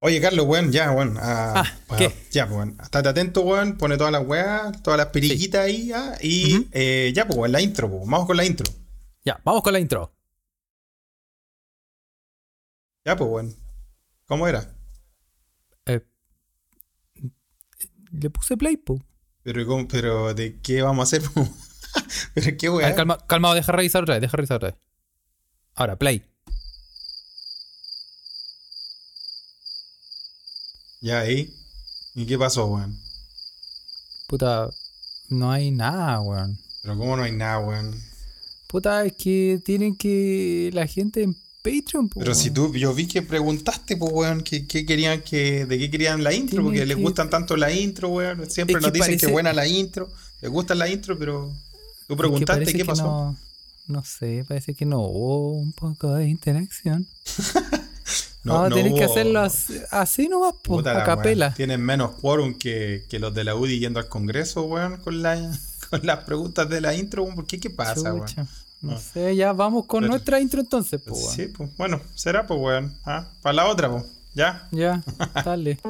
Oye, Carlos, weón, ya, weón. ah, Ah, pa- ¿qué? Ya, pues, weón. Estate atento, weón. Pone todas las weas, todas las periquitas ahí, ah, y Ujú. eh, ya, pues, weón, la intro, pues. Vamos con la intro. Ya, vamos con la intro. Ya, pues, weón. ¿Cómo era? Eh, Le puse play, po. Pero, ¿y cómo- pero ¿de qué vamos a hacer? po? pero qué A ver, weón. calma, calmado, deja revisar otra vez, deja revisar otra vez. Ahora, play. Ya ahí. ¿Y qué pasó, weón? Puta, no hay nada, weón. Pero cómo no hay nada, weón. Puta, es que tienen que la gente en Patreon, po, Pero si weón. tú, yo vi que preguntaste, pues, weón, que, que querían que, de qué querían la intro, Tiene porque les que- gustan tanto la intro, weón. Siempre Es que nos dicen que parece- buena la intro, les gusta la intro, pero tú Es que preguntaste parece qué que pasó. No, no sé, parece que no hubo un poco de interacción. No, Vamos a no tener Ah, que hubo- hacerlo así, así nomás, po, Puta la a capela. weá. Tienen menos quórum que, que los de la UDI yendo al Congreso, weón, con, la, con las preguntas de la intro, weón. ¿Por qué qué pasa, weón? Chucha, No Ah. sé, ya vamos con Pero- nuestra intro entonces, po, weón. Sí, pues, bueno, será, pues, weón. Ah, Para la otra, pues, ya. Ya, dale.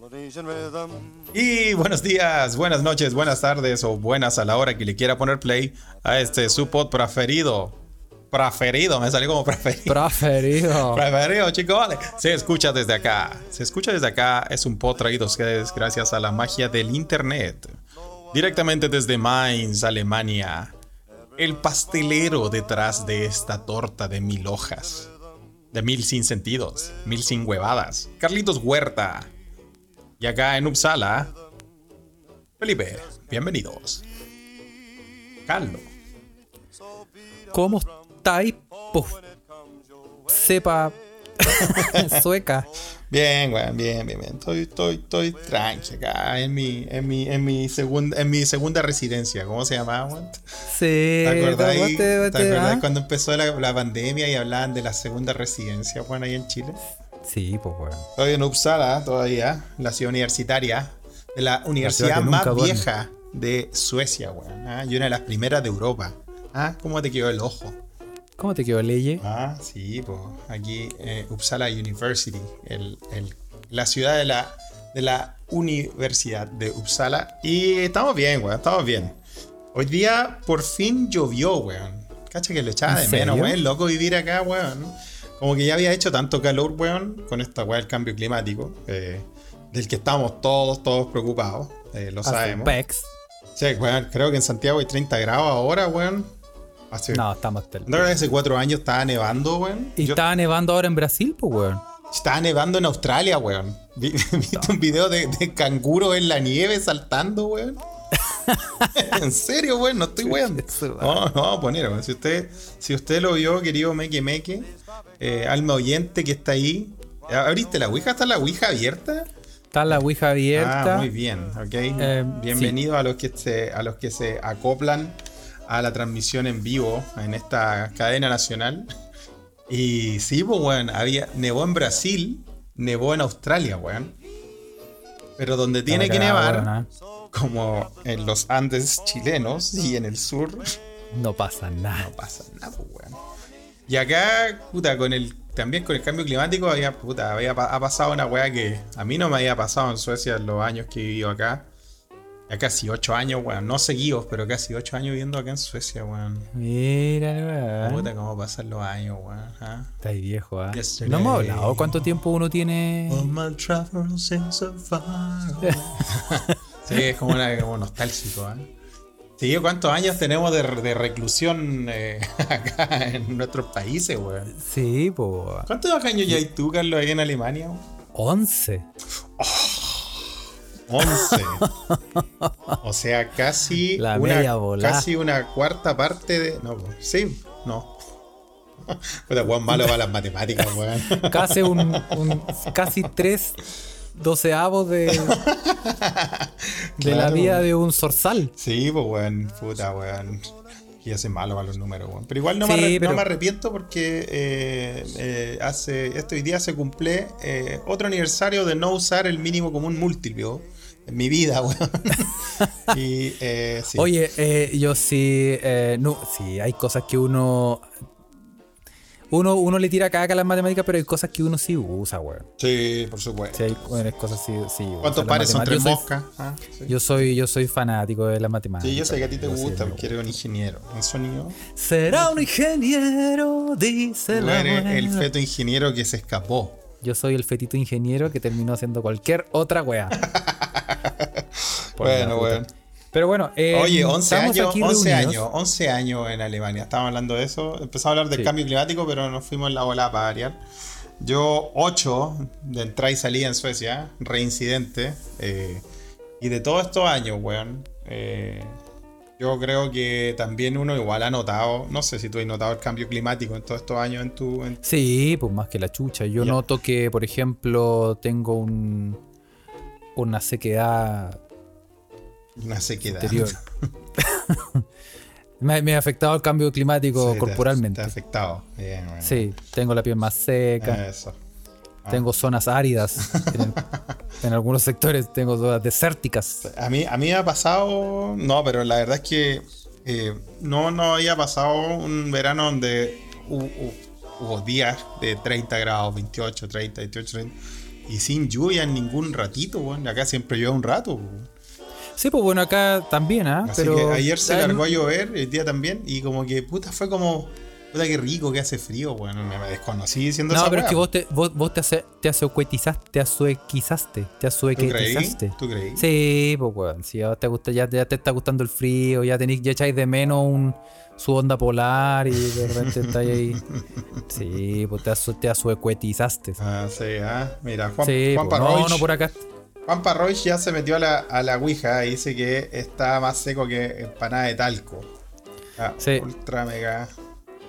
Polynesian rhythm. Y buenos días, buenas noches, buenas tardes o buenas a la hora que le quiera poner play a este su pod preferido. Preferido, me salió como preferido. Preferido. Preferido, chicos, vale. Se escucha desde acá. Se escucha desde acá. Es un pod traído a ustedes gracias a la magia del internet. Directamente desde Mainz, Alemania. El pastelero detrás de esta torta de mil hojas. De mil sin sentidos, mil sin huevadas. Carlitos Huerta. Y acá en Uppsala. Felipe, bienvenidos. Carlos. ¿Cómo estáis, po? Sepa sueca. Bien, weón, bien, bien, bien. Estoy, estoy, estoy tranqui acá en mi, en mi, en mi segunda, en mi segunda residencia. ¿Cómo se llamaba, weón? Sí, ¿Te Eh, acordás, vos te- te vos te- acordás ah? cuando empezó la, la pandemia y hablaban de la segunda residencia, weón, ahí en Chile? Sí, pues bueno. Estoy en Uppsala todavía, la ciudad universitaria, de la universidad que más nunca duerme. vieja de Suecia, weón. ¿ah? Y una de las primeras de Europa. Ah, ¿cómo te quedó el ojo? ¿Cómo te quedó Leye? Ah, sí, pues aquí eh, Uppsala University, el- el- la ciudad de la, de la Universidad de Uppsala. Y estamos bien, weón, estamos bien. Hoy día por fin llovió, weón. Cacha que lo echaba de ¿En menos, serio? weón. Loco vivir acá, weón. Como que ya había hecho tanto calor, weón, con esta weá del cambio climático, eh, del que estamos todos, todos preocupados. eh, lo Hace sabemos. pex. Sí, weón, creo que en Santiago hay 30 grados ahora, weón. Hace No, estamos hasta el- no, hace cuatro años estaba nevando, weón. Y Yo- estaba nevando ahora en Brasil, pues weón. estaba nevando en Australia, weón. Vi- ¿Viste un video de, de canguro en la nieve saltando, weón? en serio, weón, no estoy weón. Chucha, No, no, vamos a poner, weón. Si usted, si usted lo vio, querido Meque Meque, eh, alma oyente que está ahí. ¿Abriste la Ouija? ¿Está la Ouija abierta? Está la Ouija abierta. Ah, muy bien, ok. Eh, Bienvenido a los que se, a los que se acoplan a la transmisión en vivo en esta cadena nacional. Y sí, pues weón, había. Nevó en Brasil, nevó en Australia, weón. Pero donde tiene Está que la cagada, nevar, weón, ¿eh? como en los Andes chilenos y en el sur, No pasa nada. no pasa nada, pues, weón. Y acá, puta, con el, también con el cambio climático había, puta, había, pa- ha pasado una weá que a mí no me había pasado en Suecia en los años que he vivido acá. Ya casi 8 años, weón. No seguidos, pero casi 8 años viviendo acá en Suecia, weón. Mira, weón. Puta, cómo pasan los años, weón. ¿ah? Estáis viejo, ¿ah? Yesterday. No hemos hablado cuánto tiempo uno tiene. All my travels and so far away. sí, es como, una, como nostálgico, ¿eh? Sí, ¿cuántos años tenemos de, de reclusión eh, acá en nuestros países, weón? Sí, pues. ¿Cuántos años ya hay tú, Carlos, ahí en Alemania? 11. 11. o sea, casi, La media una, volá. casi una cuarta parte de. No, po. sí, no. Puta, weón malo para las matemáticas, weón. Casi un. un- casi 3 doceavos de. de la Claro. vida de un zorzal. Sí, pues weón, puta weón. Y hace malo para los números, weón. Pero igual no, me, Sí, arre- no pero- me arrepiento porque eh, eh, hace este hoy día se cumple eh, otro aniversario de no usar el mínimo común múltiplo en mi vida, weón. y eh, sí. Oye, eh, yo sí, eh, no, sí, hay cosas que uno... Uno, uno le tira caca a las matemáticas, pero hay cosas que uno sí usa, weón. Sí, por supuesto. Sí, hay bueno, hay cosas sí, sí. usa. ¿Cuántos Las pares son tres matemáticas- yo soy- moscas? Ah, sí. Yo soy, yo soy fanático de las matemáticas. Sí, yo sé que a ti te Yo sí, gusta, me porque eres un ingeniero. En sonido, Será un ingeniero, dice tú la eres el abuela. feto ingeniero que se escapó. Yo soy el fetito ingeniero que terminó haciendo cualquier otra weá. Por la bueno, puta. weón. Pero bueno, eh, Oye, 11 estamos años, aquí 11 reunidos. años, 11 años en Alemania. Estábamos hablando de eso. Empezamos a hablar del Sí. cambio climático, pero nos fuimos en la bola para variar. Yo, 8 de entrada y salida en Suecia, reincidente. eh, y de todos estos años, weón, eh, yo creo que también uno igual ha notado, no sé si tú has notado el cambio climático en todos estos años en tu... en- Sí, pues más que la chucha. Yo Ya. noto que, por ejemplo, tengo un, una sequedad una sequedad. interior. me, me ha afectado el cambio climático Sí, te- corporalmente. Te ha afectado. Bien, weón. sí, tengo la piel más seca, Eso. Eh, ah. tengo zonas áridas. en, en algunos sectores tengo zonas desérticas. A mí, a mí me ha pasado, no, pero la verdad es que eh, no, no había pasado un verano donde hu- hu- hubo, días de 30 grados, 28, 30, 28, 30, y sin lluvia en ningún ratito, weón. Acá siempre llueve un rato, weón. Sí, pues bueno, acá también, ¿ah? Así Pero que ayer se ah, largó a llover, el día también, y como que puta fue como, puta que rico que hace frío, weón. Me, me desconocí diciendo No, esa pero es weá. que vos te, vos, vos te, hace, te azuequetizaste, te azuequizaste, te ¿Tú creí? azuequetizaste. ¿Tú creí? Sí, pues weón, si ya te gusta, ya, ya te está gustando el frío, ya tenéis, ya echáis de menos un, su onda polar y de repente estáis ahí. Sí, pues te, azu- te azuequetizaste. Ah, sí, ah. Mira, Juan, sí, Juan pues, no, Parroich. no por acá. Juan Parroy ya se metió a la, a la Ouija y dice que está más seco que empanada de talco. Ah, Sí. Ultra mega.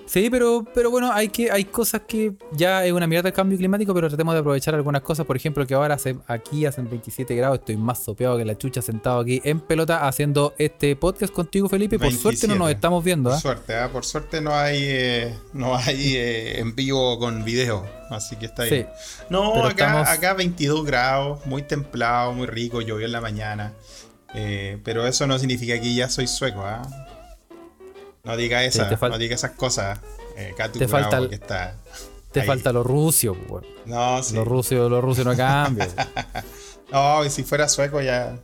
Sí, pero, pero bueno, hay que, hay cosas que ya es una mierda el cambio climático, pero tratemos de aprovechar algunas cosas. Por ejemplo, que ahora hace- aquí hacen 27 grados, estoy más sopeado que la chucha sentado aquí en pelota haciendo este podcast contigo, Felipe. Por suerte no nos 27. estamos viendo, Por ¿ah? suerte, ah, por suerte no hay eh, no hay eh, en vivo con video. Así que está bien. no, pero acá, estamos- acá 22 grados, muy templado, muy rico, llovió en la mañana. Eh, pero eso no significa que ya soy sueco, ¿ah? No diga Sí, esa, te fal- no diga esas cosas. Eh, Catu Te Bravo, falta el- que está. Te ahí. falta lo rucio, po, weón. No, sí. Lo rucio, lo rucio no cambia. weón. No, y si fuera sueco ya,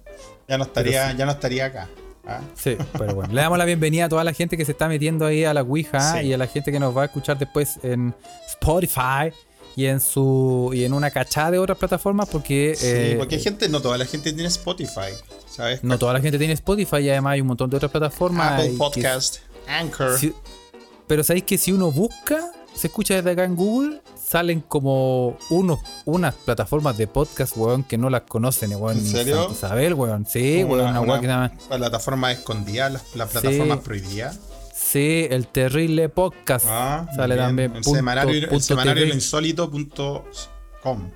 ya no estaría, sí. ya no estaría acá. ¿ah? Sí, pero bueno. Le damos la bienvenida a toda la gente que se está metiendo ahí a la Ouija ¿ah? Sí. y a la gente que nos va a escuchar después en Spotify y en su y en una cachada de otras plataformas porque, Sí, eh, porque hay gente, no toda la gente tiene Spotify, ¿sabes? no toda la gente tiene Spotify y además hay un montón de otras plataformas. y Apple que- Podcast, Anchor. si- pero sabéis que si uno busca, se escucha desde acá en Google, salen como unos, unas plataformas de podcast, weón, que no las conocen, weón. ¿En ni serio? Santa Isabel, weón. Sí, como weón, una- una, weá una que nada más- plataforma escondida, las, las plataformas prohibidas. Sí, el terrible podcast. Ah, sale bien. también. El punto- semanario, el punto semanario TV, lo insólito punto com.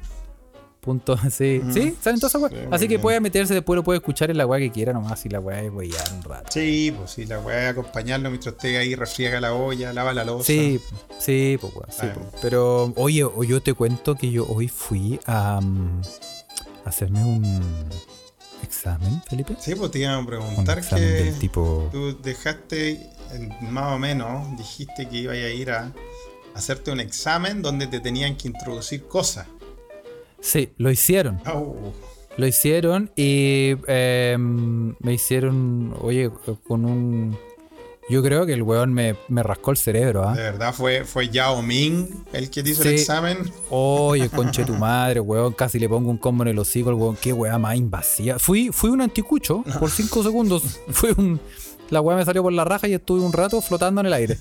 punto- sí, Ujú. sí, salen todas esas weas. Sí, muy Así que bien. puede meterse después, lo puede escuchar en la weá que quiera nomás y la weá es weyar un rato. Sí, pues sí, la voy a acompañarlo mientras esté ahí, refriega la olla, lava la losa. Sí, sí, pues weón, sí, Ah. pues. Pero, oye, o- yo te cuento que yo hoy fui a mm, hacerme un examen, Felipe. Sí, pues te iban a Un preguntar examen que. del tipo. Tú dejaste, eh, más o menos, dijiste que ibas a ir a hacerte un examen donde te tenían que introducir cosas. Sí, lo hicieron. Au. Lo hicieron y em, me hicieron, oye, con un... Yo creo que el weón me, me rascó el cerebro, De ¿ah? verdad fue, fue Yao Ming el que te hizo el Sí. examen. Oye, conche tu madre, weón, casi le pongo un combo en el hocico al weón, qué weá más invasiva. Fui, fui un anticucho por cinco segundos. Fue un... La weá me salió por la raja y estuve un rato flotando en el aire.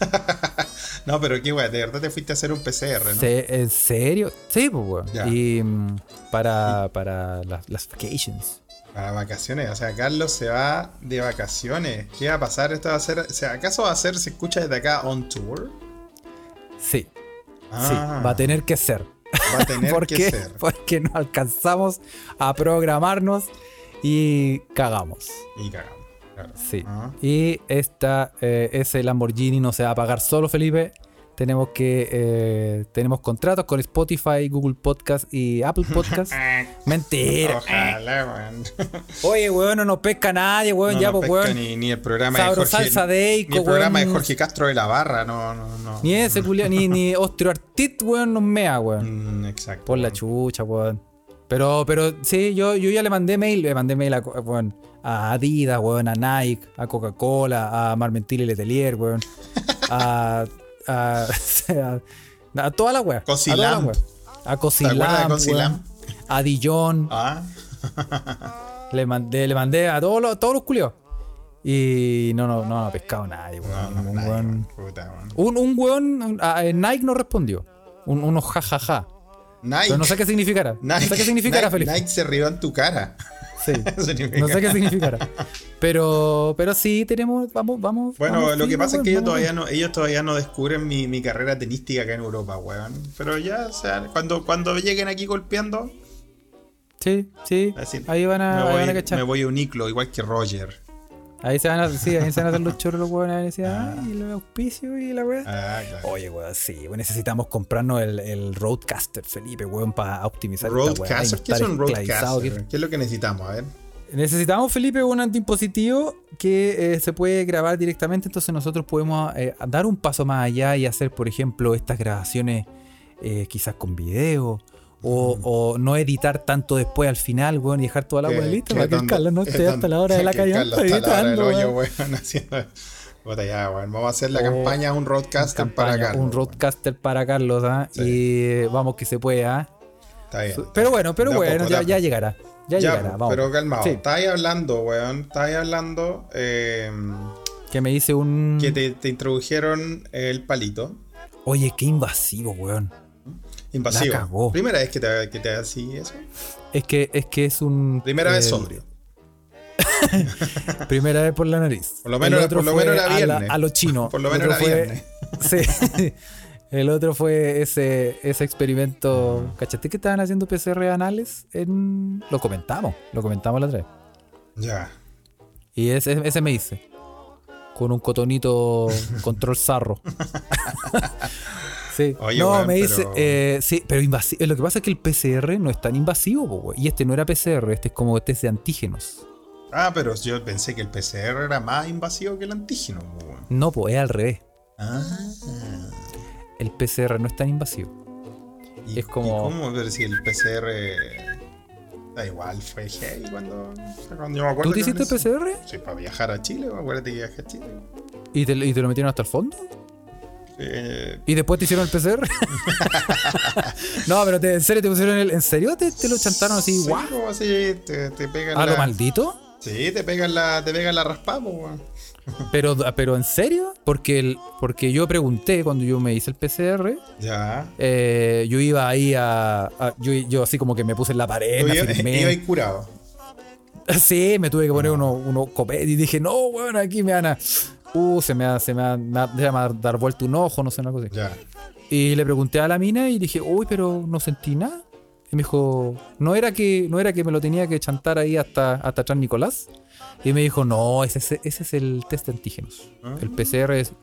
No, pero qué wea, de verdad te fuiste a hacer un PCR, ¿no? Se- ¿En serio? Sí, pues, weón. Ya. Y mm, para, para las, las vacations. Para vacaciones. O sea, Carlos se va de vacaciones. ¿Qué va a pasar? ¿Esto va a ser, o sea, ¿acaso va a ser, se escucha desde acá, on tour? Sí, sí, Ah, va a tener que ser. va a tener ¿Por que qué? ser. Porque no alcanzamos a programarnos y cagamos. Y cagamos. claro. Sí. Ah. Y esta, eh, ese Lamborghini no se va a apagar solo, Felipe. Tenemos que eh, tenemos contratos con Spotify, Google Podcast y Apple Podcast. Mentira. Ojalá, man. Oye, weón, no nos pesca nadie, weón. Oh. No, ya, no pues, pesca weón. Ni, Ni, ni el programa Sabro de Jorge. salsa deico, ni el programa de weón. Jorge Castro de la Barra, no, no, no. ese culiao, ni, ni Osteoartit, weón, nos mea, weón. Mm, exacto. Por la chucha, weón. Pero, pero sí, yo, yo ya le mandé mail, le mandé mail a, co- weón, a Adidas, weón, a Nike, a Coca-Cola, a Marmentil y Letelier, weón. A, a, a, a toda la weá. A toda la Cosilamp. weá. A ¿Te acuerdas de Cosilam, Cosilam? a Dijon, Ah, le mandé, le mandé a todos los, todos los culios. Y no, no, no, no ha pescado nadie, weón. no, no, Ningún nadie, weón. man, puta, man. Un, un weón, un- a- eh, Nike no respondió. Un, unos jajaja. Nike. Pero no sé qué significará. No sé qué significará, Nike- Felipe. Nike se rió en tu cara. Sí. Eso significa. No sé qué significará. Pero, pero sí, tenemos. Vamos, vamos. Bueno, vamos lo que firme, pasa es weón, que ellos vamos. todavía, no, ellos todavía no descubren mi, mi carrera tenística acá en Europa, weón. Pero ya, o sea, cuando, cuando lleguen aquí golpeando, Sí, sí. así, Ahí Ah, van a, Ah, me, ahí voy, van a cachar. me voy a un iclo, igual que Roger. Ahí se van a, sí, ahí se van a hacer los chorros, los weones. Van a decir, ay, el auspicio y la weá. Ah, claro. Oye, weón, sí, weón, necesitamos comprarnos el, el Roadcaster, Felipe, weón, para optimizar. esta weá. Ay, Roadcaster, no ¿qué es estar un esclavizado aquí. roadcaster? ¿Qué es lo que necesitamos? A ver. Necesitamos, Felipe, un dispositivo que eh, se puede grabar directamente, entonces nosotros podemos eh, dar un paso más allá y hacer, por ejemplo, estas grabaciones eh, quizás con video o, o no editar tanto después al final, weón, y dejar toda la weá Que- lista que para que el tan- Carlos no que esté tan- hasta la hora de la que el calle Carlos está a la hora del editando, hoyo, weón. weón, haciendo- Puta, ya, weón, Vamos a hacer la Oh, campaña un roadcaster para Campaña, Carlos. un weón. roadcaster para Carlos, ¿ah? Sí. Y eh, vamos que se puede, ¿ah? Está bien. Pero bueno, pero De a bueno, poco, de ya, a ya poco. llegará. Ya, Ya, llegará, vamos. Pero calmado, Sí. estás ahí hablando, weón. Estás ahí hablando eh, Que me dice un... que te, te introdujeron el palito Oye, qué invasivo, weón. invasivo. La cagó. Primera vez que te, que te así eso. Es que es, que es un. Primera vez eh, sobrio. Primera vez por la nariz. Por lo menos- El otro por lo fue menos era a la- viernes. A, lo chino. Por lo El menos otro era fue- Sí. El otro fue ese, ese experimento. ¿Cachate que estaban haciendo PCR anales? En... Lo comentamos. Lo comentamos la otra vez. Ya. Y ese, ese me hice. Con un cotonito control zarro. sí. Oye, no, weón, me hice. pero- eh, sí, pero invasi- eh, Lo que pasa es que el PCR no es tan invasivo, po, weón. Y este no era PCR, este es como test de antígenos. Ah, pero yo pensé que el PCR era más invasivo que el antígeno, weón. No, pues es al revés. Ah. El PCR no es tan invasivo. ¿Y- Es como- ¿y cómo? Pero si el PCR. eh, Da igual, fue heavy cuando. cuando yo me acuerdo ¿Tú te que me hiciste lo hice. PCR Sí, para viajar a Chile, weón, acuérdate que viajé a Chile. weón. y te, y te lo metieron hasta el fondo? Eh, ¿Y después te hicieron el PCR? no, pero te- en serio te pusieron el. ¿En serio te, te lo chantaron así? sí, guau? como así, te, te pegan ¿A lo la- maldito? Sí, te pegan la, te pegan la raspa, po, weón. Pero, pero en serio? Porque, el, porque yo pregunté cuando yo me hice el PCR. Ya. eh, yo iba ahí a. a- yo, yo así como que me puse en Eh, la pared. Tú me iba- firmé. iba y curado. Sí, me tuve que poner unos uno copetes y dije, no, weón, aquí me van a. Uh, se me va, se me va, me va- se me va a dar vuelta un ojo, no sé, una cosa así. Ya. Y le pregunté a la mina y dije, uy, pero no sentí nada. Y me dijo, ¿no era que, no era que me lo tenía que chantar ahí hasta, hasta atrás Nicolás? Y me dijo, no, ese, es- ese es el test de antígenos. Ah. El PCR es.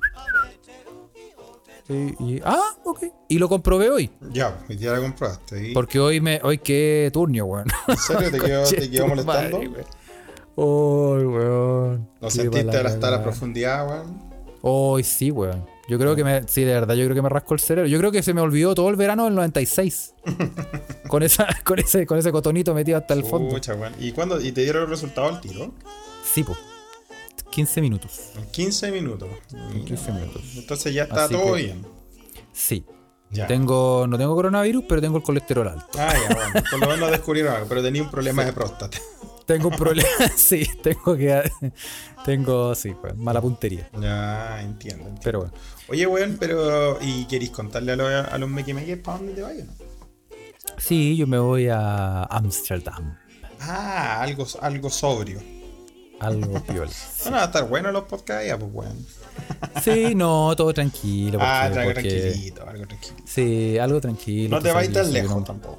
Sí, y, ah, ok. Y lo comprobé hoy. Ya, y ya la compraste. ¿Y Porque hoy me. hoy qué turno, weón. ¿En serio te quedó, te Conche quedó tu molestando? madre, weón. Uy, weón. ¿Lo Qué sentiste mala hasta la cagada. profundidad, weón? Hoy sí, weón. Yo creo que me. Sí, de verdad, yo creo que me rasco el cerebro. Yo creo que se me olvidó todo el verano del 96. con, esa, con, ese, con ese cotonito metido hasta el fondo. Pucha, weón. ¿Y, cuándo, ¿Y te dieron el resultado al tiro? Sí, po. 15 minutos. En 15 minutos. En 15 minutos. Entonces ya está Así todo que- bien. Sí. Ya. Tengo, no tengo coronavirus, pero tengo el colesterol alto. Ah, ya, bueno. Por lo menos descubrieron algo, pero tenía un problema de próstata. Tengo un problema. sí, tengo que. Tengo, sí, weón, mala puntería. Ya, entiendo. entiendo. Pero bueno. Oye, weón, pero. ¿Y queréis contarle a los, a los mequimeques para dónde te vayan? Sí, yo me voy a Amsterdam. Ah, algo, algo sobrio. Algo piola. Bueno, va a estar bueno los podcasts, ya, pues, weón. Sí, no, todo tranquilo. Porque, Ah, tra- porque- tranquilito, algo tranquilo. Sí, algo tranquilo. No te tú vais sabes, tan yo sé que lejos no- tampoco.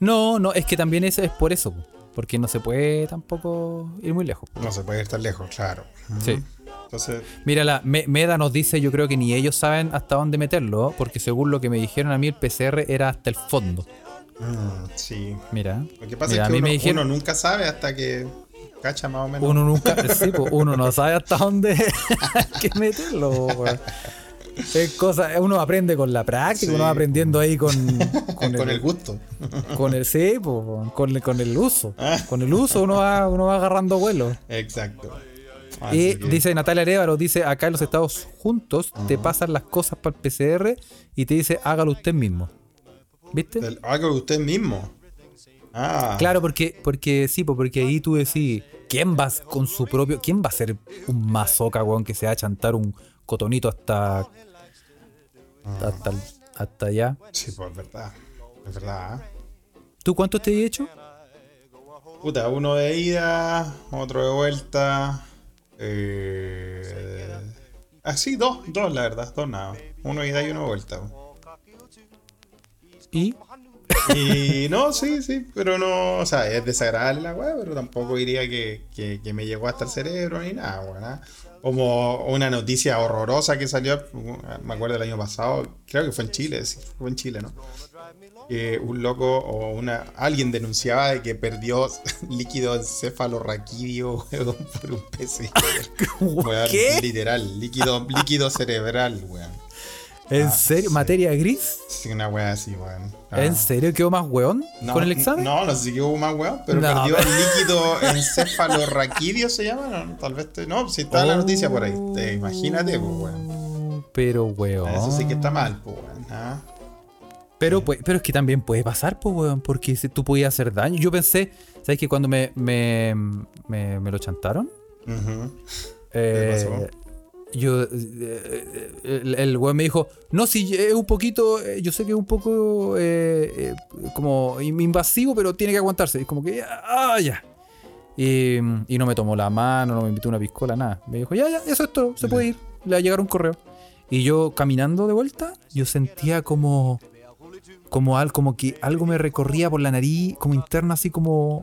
No, no, es que también eso es por eso, po, porque no se puede tampoco ir muy lejos. No se puede ir tan lejos, claro. Sí. Entonces, Mira, la Me- Meda nos dice, yo creo que ni ellos saben hasta dónde meterlo, ¿eh? porque según lo que me dijeron a mí, el PCR era hasta el fondo. mm, sí. Mira, Lo que pasa mira, es que a mí uno, me dijeron, uno nunca sabe hasta que cacha más o menos. uno, nunca, sí, po, uno no sabe hasta dónde hay que meterlo. po, weón. Es cosa, uno aprende con la práctica, Sí. uno va aprendiendo ahí con, con, el, gusto. con el sí, po, po, con, el- con el uso. Ah. Con el uso uno va, uno va agarrando vuelo. Exacto. Y Así que- dice Natalia Arevalo, dice acá en los Estados Juntos te pasan las cosas para el PCR y te dice hágalo usted mismo. ¿Viste? Del- algo de usted mismo. Ah, Claro, porque, porque sí, po, porque ahí tú decís, ¿quién va con su propio, quién va a ser un mazoca, weón, que se va a chantar un cotonito hasta Ah. hasta, hasta allá? Sí, pues es verdad. Es verdad. ¿eh? ¿Tú cuántos te he hecho? Puta, uno de ida, otro de vuelta. Eh, ah, sí, dos, dos, la verdad, dos nada. Uno de ida y uno de vuelta. po. ¿Y? Y no, sí, sí, pero no, o sea, es desagradable la weá, pero tampoco diría que, que- que me llegó hasta el cerebro ni nada, weón. ¿ah? Como una noticia horrorosa que salió, me acuerdo del año pasado, creo que fue en Chile, sí, fue en Chile, ¿no? que un loco o una alguien denunciaba de que perdió líquido encefalorraquídeo weón, por un PC. weón, ¿Qué? Literal, líquido, líquido cerebral, weón. ¿En Ah, serio? sí. ¿Materia gris? Sí, una weá así, weón. Ah. ¿En serio quedó más weón No, con el examen? No, no sé si hubo más weón, pero No, perdió pero- líquido encefalorraquídeo se llama, no, tal vez te- no, si Oh. está la noticia por ahí. Te- imagínate, pues, weón. Ah, Pero weón. Eso sí que está mal, pues, weón. ah. Pero, pues, pero es que también puede pasar, pues, weón, porque si tú podías hacer daño. Yo pensé, ¿sabes que cuando me, me, me, me lo chantaron? Ujú. eh, yo, eh, el, el weón me dijo, no, si es un poquito, eh, yo sé que es un poco eh, eh, como in- invasivo, pero tiene que aguantarse. Y como que, ah, ya. Y, y no me tomó la mano, no me invitó una piscola, nada. Me dijo, ya, ya, eso es todo, se puede ir. Le va a llegar un correo. Y yo caminando de vuelta, yo sentía como, como, al, como que algo me recorría por la nariz, como interna, así como,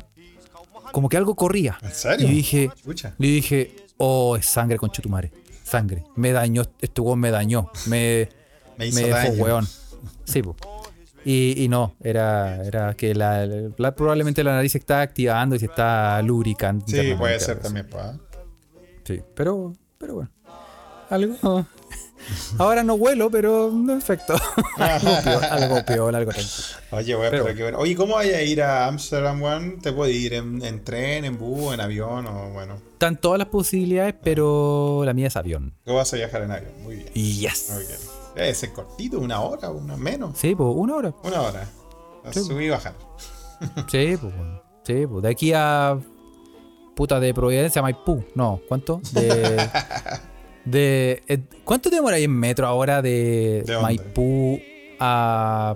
como que algo corría. ¿En Y serio? yo dije, Escucha. le dije, oh, es sangre con Chetumare. Sangre. Me dañó, este weón me dañó. Me, Me me hizo dejó daño. weón. Sí, po. Y, y no, era, era que la, la- probablemente la nariz se está activando y se está lubricando. Sí, internamente, puede algo ser así. también, pues. ah. Sí, pero, pero bueno. Algo. Ahora no vuelo, pero no efecto. algo peor, algo peor, algo tranquilo. Oye, weón, Pero- pero qué bueno. Oye, ¿cómo vaya a ir a Amsterdam, weón? ¿Te puedes ir en, en tren, en bus, en avión o bueno? Están todas las posibilidades, pero la mía es avión. Tú vas a viajar en avión. Muy bien. Yes. Muy bien. Debe ser cortito, una hora, una menos. Sí, pues una hora. Una hora. A Sí. subir y bajar. Sí, pues. weón. Sí, pues. De aquí a. Puta, de Providencia a Maipú. No, ¿cuánto? De. de eh, ¿Cuánto te demoráis en metro ahora de, ¿De dónde? Maipú a.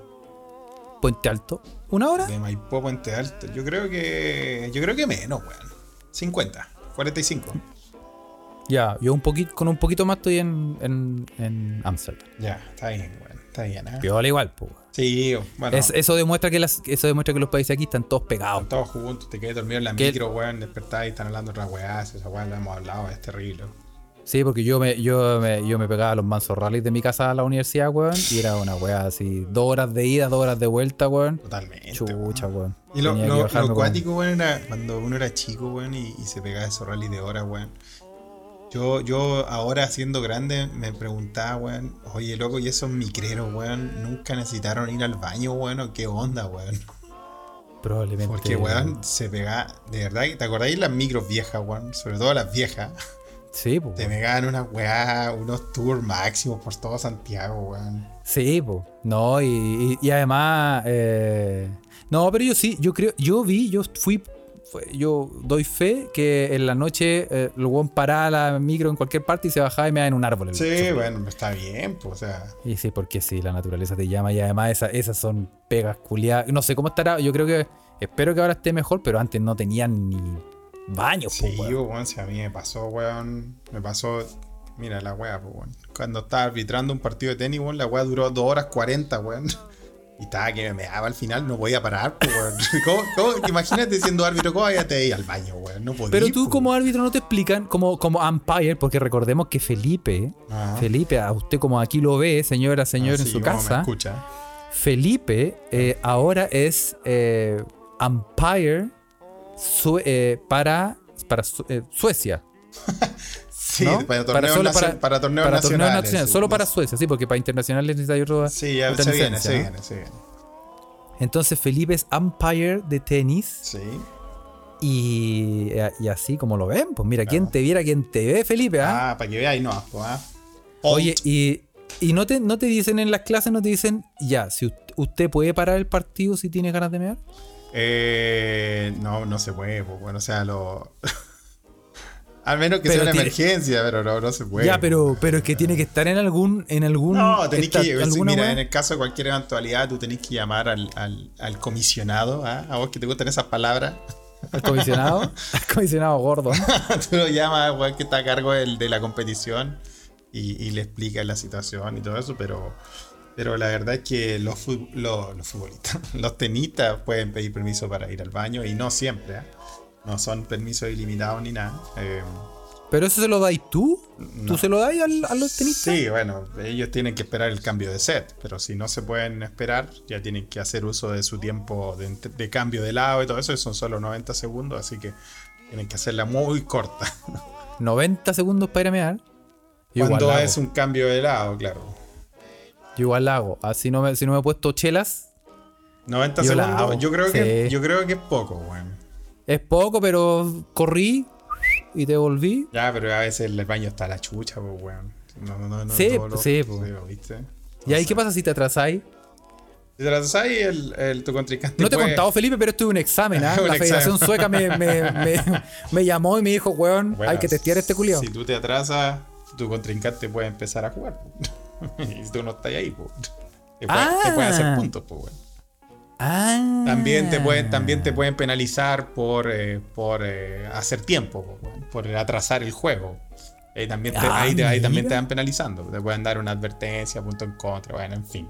Puente Alto? ¿Una hora? De Maipú a Puente Alto. Yo creo que. Yo creo que menos, weón. 50. 45. Ya, yo un poquito, con un poquito más estoy en. en. en Amsterdam. Ya, está bien, weón. Está bien, ¿eh? Viola igual, pues. weón. Sí, bueno. Es- eso, demuestra que las, eso demuestra que los países aquí están todos pegados. Están todos juntos, te quedé dormido en la ¿Qué? micro, weón, despertás y están hablando otras weás, esa weá la hemos hablado, es terrible. Sí, porque yo me, yo me, yo me pegaba los mansos rallies de mi casa a la universidad, weón. Y era una weá así. Dos horas de ida, dos horas de vuelta, weón. Totalmente. weón. Chucha, Este, weón. Y lo, Tenía que lo, bajarme lo con- cuático, weón, era cuando uno era chico, weón, y, y se pegaba esos rallies de horas, weón. Yo, yo ahora siendo grande me preguntaba, weón, oye loco, ¿y esos micreros, weón? ¿Nunca necesitaron ir al baño, weón? ¿O qué onda, weón? Probablemente. Porque, weón, se pegaba, de verdad, ¿te acordáis las micros viejas, weón? Sobre todo las viejas. Sí, po. Te weón. pegaban unas weá, unos tours máximos por todo Santiago, weón. Sí, po. No, y, y- y además. eh, No, pero yo sí, yo creo. Yo vi, yo fui. fue- Yo doy fe que en la noche eh, el weón paraba la micro en cualquier parte y se bajaba y me daba en un árbol. el Sí, chupo. bueno, está bien, pues, o sea. Y sí, porque sí, la naturaleza te llama y además esa- esas son pegas culiadas. No sé cómo estará, yo creo que, espero que ahora esté mejor, pero antes no tenían ni baños, po, Sí, Pues, weón. weón, si a mí me pasó, weón. Me pasó. Mira la weá, pues, weón. Cuando estaba arbitrando un partido de tenis, weón, la weá duró 2 horas 40, weón. Y estaba que me meaba al final, no podía parar, pues, weón. ¿Cómo- cómo- Imagínate siendo árbitro, ¿cómo vayas a ir al baño, weón? No podía. Pero tú pues, como árbitro no te explican, como, como umpire, porque recordemos que Felipe, Ajá. Felipe, a usted como aquí lo ve, señora, señor, Ah, en sí, su Ah, como me casa, escucha. Ah. Felipe eh, ahora es eh, umpire su- eh, para, para Su- eh, Suecia. Sí, ¿no? para Para torneos solo nacio- para- para torneos para torneos nacionales, nacionales, sí, solo no para ¿eh? sé. Suecia, sí, porque para internacionales necesita otra. Sí, ya otra se viene, licencia, se ¿no? viene, se viene. Entonces Felipe es umpire de tenis Sí. y, eh, y así como lo ven, pues mira, Claro. quien te viera, quien te ve, Felipe, ¿ah? Ah, para que veáis, no, asco, ah. Oye, Old. y, y no, te, no te dicen en las clases, no te dicen, ya, si us- usted puede parar el partido si tiene ganas de mear. Eh, no, no se puede, pues, bueno, o sea, lo. Al menos que Pero sea una tiene- emergencia, pero no, no se puede. ya, pero, pues. pero es que tiene que estar en algún... En algún No, tenés esta- que. sí, alguna mira, wea. en el caso de cualquier eventualidad, tú tenés que llamar al, al, al comisionado, ¿ah? a vos que te gustan esas palabras. Al comisionado, al comisionado gordo. tú lo llamas al weón que está a cargo del- de la competición y, y le explicas la situación y todo eso, pero. Pero la verdad es que los, fu- los, los futbolistas, los tenistas pueden pedir permiso para ir al baño y no siempre, ¿ah? no son permisos ilimitados ni nada. eh, Pero eso se lo dais tú. ¿Tú se lo dais al- a los tenistas? Sí, bueno, ellos tienen que esperar el cambio de set, pero si no se pueden esperar, ya tienen que hacer uso de su tiempo de, ent- de cambio de lado y todo eso, y son solo 90 segundos, así que tienen que hacerla muy corta. 90 segundos para ir a mear. Yo igual, Cuando la hago, es un cambio de lado, claro. yo igual la hago. Así no me, si no me he puesto chelas, 90 Yo la hago, segundos, yo creo, que, sí. yo creo que es poco, weón. es poco, pero corrí y te volví. Ya, pero a veces el baño está a la chucha, pues, weón. No, no, no, no Sí, todo lo- sí, pues. ¿viste? ¿Y ahí qué pasa si te atrasáis? Si te la das ahí, el, el, tu contrincante No te he puede- contado, Felipe, pero estuve en un examen. ¿ah? Un la examen. Federación Sueca me, me- me- me llamó y me dijo, weón, Bueno, hay que testear a este culiao. Si tú te atrasas, tu contrincante puede empezar a jugar. po. y si tú no estás ahí, po, te, puede- Ah. te pueden hacer puntos. po, weón. Ah. También, te pueden, también te pueden penalizar por, eh, por eh, hacer tiempo, po, weón, por atrasar el juego. Eh, también te- Ah, ahí, te, ahí también mira. te van penalizando. Te pueden dar una advertencia, punto en contra, bueno, en fin.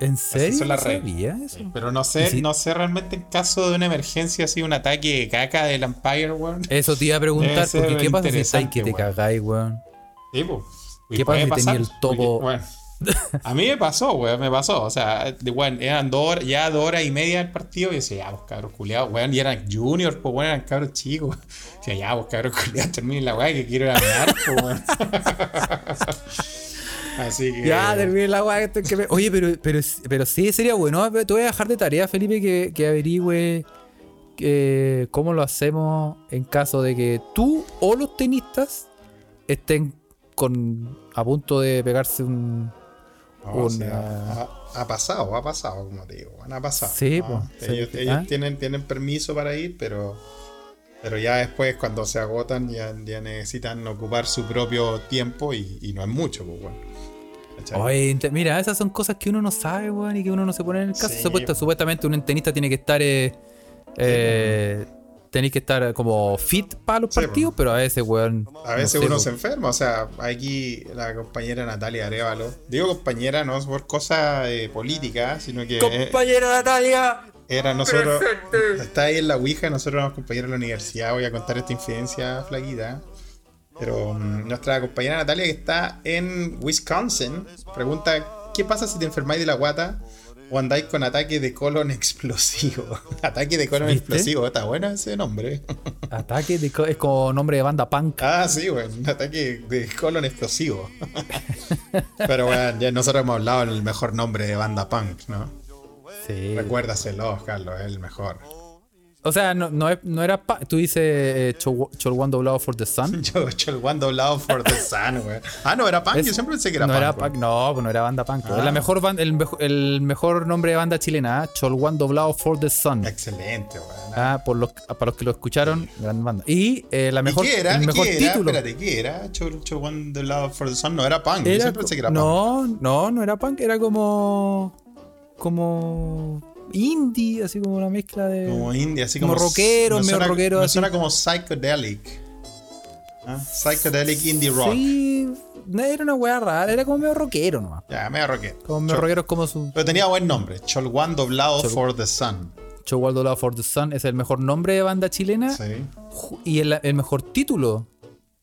¿En serio? son las No reglas. sabía eso. Pero no ¿Y sé, si- no sé realmente en caso de una emergencia, así un ataque de caca del Empire, weón. Eso te iba a Debe preguntar, ser porque ¿qué pasa si estáis que te interesante, weón. cagáis, weón? Sí, po. Y ¿Qué pasa puede si tenía pasar, el topo? porque, bueno, a mí me pasó, weón, me pasó. O sea, de, weón, eran dos horas, ya dos horas y media del partido. Y yo decía, ya, vos cabros culiados, weón. Y eran juniors, pues, weón, eran cabros chicos. Decía, ya, vos cabros culiados, terminen la weá que quiero ir a mear, po, weón. Así que. Ya, terminé la weá. que estoy que me- Oye, pero, pero, pero sí, sería bueno. Te voy a dejar de tarea, Felipe, que, que averigüe eh, cómo lo hacemos en caso de que tú o los tenistas estén con a punto de pegarse un, no, o sea, una- ha, ha pasado, ha pasado, como te digo, weón, ha pasado. Sí, Ah, po, ellos sí, ellos ¿ah? tienen, tienen permiso para ir, pero. Pero ya después, cuando se agotan, ya, ya necesitan ocupar su propio tiempo y, y no es mucho, pues, bueno. ¿Cachai? Oye, inte- mira, esas son cosas que uno no sabe, weón, y que uno no se pone en el caso. Sí, Supuesta- weón. supuestamente un tenista tiene que estar. Eh, eh, tenéis que estar como fit para los Sí, partidos, weón. pero a veces, weón. A veces no sé, pues. uno weón. se enferma, o sea, aquí la compañera Natalia Arevalo, digo compañera no es por cosa eh, política, sino que eh, Compañera Natalia, era nosotros, está ahí en la Ouija, nosotros éramos compañeros de la universidad, voy a contar esta infidencia flaquita, pero mm, nuestra compañera Natalia que está en Wisconsin, pregunta, ¿qué pasa si te enfermáis de la guata o andáis con ataque de colon explosivo? ataque de colon ¿Viste? explosivo, está bueno ese nombre. Ataque de co- es como nombre de banda punk. Ah, sí, güey, un ataque de colon explosivo. Pero bueno, ya nosotros hemos hablado del mejor nombre de banda punk, ¿no? Sí. Recuérdaselo, Carlos, es el mejor. O sea, no, no, es- no era. pa- Tú dices eh, Chol- Cholguán doblado for the sun. Yo he hecho el one doblado for the sun, güey. Ah, no, era punk, Es- yo siempre pensé que era no punk. era güey. punk, no, pues no era banda punk. Ah. La mejor ban- el, mejo- el mejor nombre de banda chilena, ¿eh? Cholguán doblado for the sun. Excelente, güey. Ah, por los, para los que lo escucharon, gran banda. Y eh, la ¿Y mejor, qué era? el mejor ¿Qué era? título. Espérate, ¿qué era? Chol, chol, one doblado for the sun. No era punk, yo Era siempre pensé que era punk. no, no, no era punk, era como. como. indie, así como una mezcla de. Como indie, así como como. rockero, me medio suena, rockero, me así. suena como psychedelic. ¿Ah? Psychedelic Indie Rock. Sí, no, era una weá rara, era como medio rockero nomás. Ya, me arroqué. Como medio rockero es como su Pero tenía buen nombre. Cholguán doblado Chol- for the sun. Waldo Love for the Sun es el mejor nombre de banda chilena Sí. ju- y el, el mejor título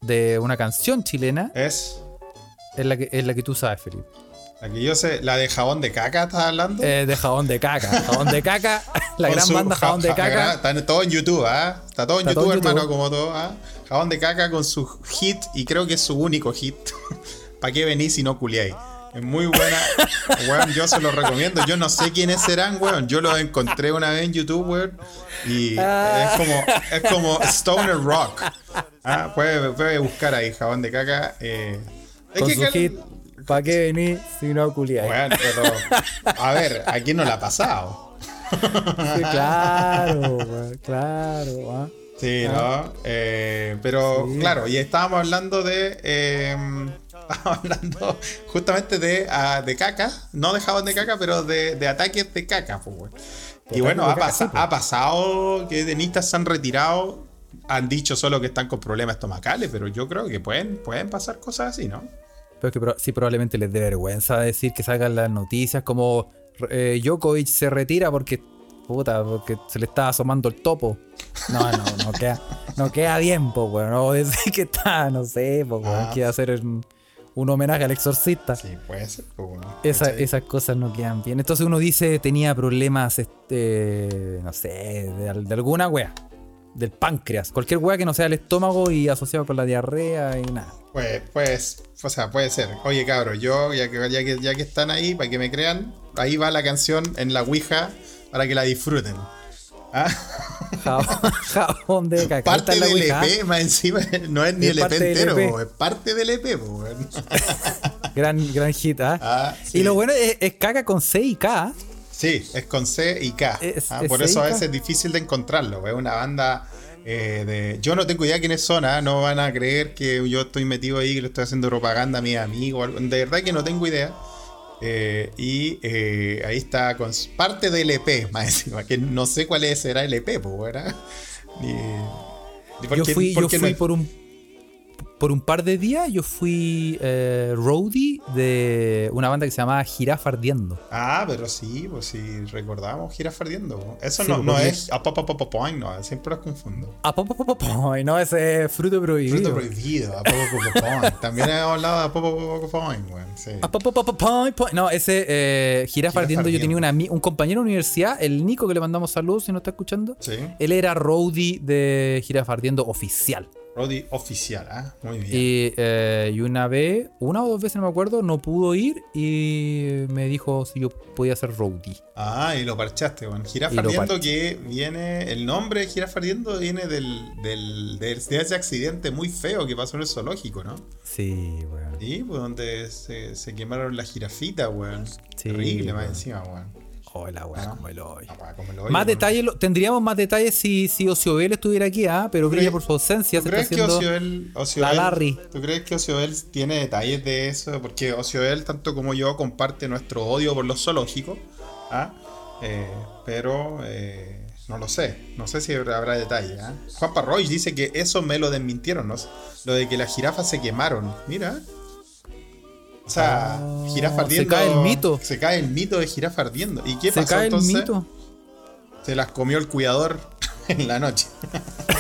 de una canción chilena Es. es la que, es la que tú sabes, Felipe. Aquí yo sé. La de jabón de caca, ¿estás hablando? Eh, de Jabón de Caca. Jabón de Caca, la Con gran su banda ja- Jabón de ja- gran- Caca. Está todo en YouTube, ¿ah? Está todo en Está YouTube, todo en hermano, YouTube. como todo, ¿ah? Jabón de caca con su hit, y creo que es su único hit. ¿Para qué venís si no culiáis? Es muy buena, weón, yo se los recomiendo. Yo no sé quiénes serán, weón. Yo los encontré una vez en YouTube, weón. Y Ah. es como, es como Stoner Rock. Ah, puede, puede buscar ahí, jabón de caca. eh. Es Con que- que- su hit, ¿pa' qué venís si no culiáis? Weón, pero, a ver, ¿a quién no la ha pasado? Sí, claro, weón, claro. ah. Sí, ¿no? Eh, pero Sí. claro, y estábamos hablando de. eh, estábamos hablando justamente de, ah, de caca, no de jabón de caca, pero de, de ataques de caca, pues, weón. Y ataques bueno, de ha, caca, pasa- sí, pues. ha pasado que denistas se han retirado, han dicho solo que están con problemas estomacales, pero yo creo que pueden, pueden pasar cosas así, ¿no? Pero es que pro- sí, probablemente les dé vergüenza decir que salgan las noticias como eh, Djokovic se retira porque puta, porque se le está asomando el topo. No, no, no queda, no queda bien, po, weón. No decir que está, no sé, po, weón, Ah. que hacer un, un homenaje al exorcista. Sí, puede ser, pues, weón. Esa- ¿Cachai? Esas cosas no quedan bien. Entonces uno dice tenía problemas, este, no sé, de, al- de alguna wea. Del páncreas. Cualquier wea que no sea el estómago y asociado con la diarrea y nada. Pues, pues, o sea, puede ser. Oye, cabros, yo, ya que, ya que, ya que están ahí, para que me crean, ahí va la canción en la Ouija para que la disfruten. ¿Ah? Jabón, jabón de caca. Esta Parte es la del Ouija. EP, más encima, no es ni Es el EP parte del entero, EP. po, es parte del EP, po, weón. Gran, gran hit, ¿ah? Ah, sí. Y lo bueno es, es caca con C y K. ¿ah? Sí, es con C y K. Es- Ah, es por C eso y a K. veces es difícil de encontrarlo. Es una banda eh, de. Yo no tengo idea quiénes son, ah, no van a creer que yo estoy metido ahí, que le estoy haciendo propaganda a mis amigos. o algo. De verdad que no tengo idea. Eh, y eh, ahí está con s- parte del EP, más encima, que no sé cuál es, será el EP, pues, ¿verdad? Ni- ni por Yo qué- fui, yo qué fui no- por un por un par de días, yo fui eh, roadie de una banda que se llamaba Jirafa Ardiendo. Ah, pero sí, pues si recordamos, giras perdiendo. Eso Sí, no, pues, no porque- es. ah, pa, pa, pa, pa, pa, no, siempre los confundo. Ah, po, po, po, po, po, y no, ese es fruto prohibido. Fruto prohibido, a poco poco point. También hemos hablado de a poco poco point, weón. Sí. Ah, po, po, po, po, po, po. No, ese eh, Jirafa Jirafa Ardiendo, yo tenía Ardiendo. una ami- un compañero de universidad, el Nico, que le mandamos saludos si no está escuchando. Sí. Él era roadie de Jirafa Ardiendo oficial. Roddy oficial, ¿ah? Muy bien. Y, eh, y una vez, una o dos veces no me acuerdo, no pudo ir y me dijo si yo podía hacer roadie. Ah, y lo parchaste, weón. Y Jirafa lo ardiendo parché. que viene. El nombre de jirafa ardiendo viene del, del, del- de ese accidente muy feo que pasó en el zoológico, ¿no? Sí, weón. Sí, pues donde se, se quemaron las jirafitas, weón. Sí, Terrible, más weón. encima, weón. Hola, weón, como el hoy. Ah, weón, como lo oigo, Más weón. detalles, lo- tendríamos más detalles si, si Ociobel estuviera aquí, ¿ah? pero creo que crees- por su ausencia ¿Tú se crees está que haciendo. Ocioel, la Larry. ¿Tú crees que Ocioel tiene detalles de eso? Porque Ocioel, tanto como yo, comparte nuestro odio por los zoológicos. ¿ah? Eh, pero eh, no lo sé. No sé si habrá, habrá detalles. ¿ah? Juan Parroy dice que eso me lo desmintieron. ¿no? Lo de que las jirafas se quemaron. Mira. O sea, Ah, jirafa se ardiendo. cae el mito. Se cae el mito de jirafa ardiendo. ¿Y qué Se pasó cae entonces? el mito. Se las comió el cuidador en la noche.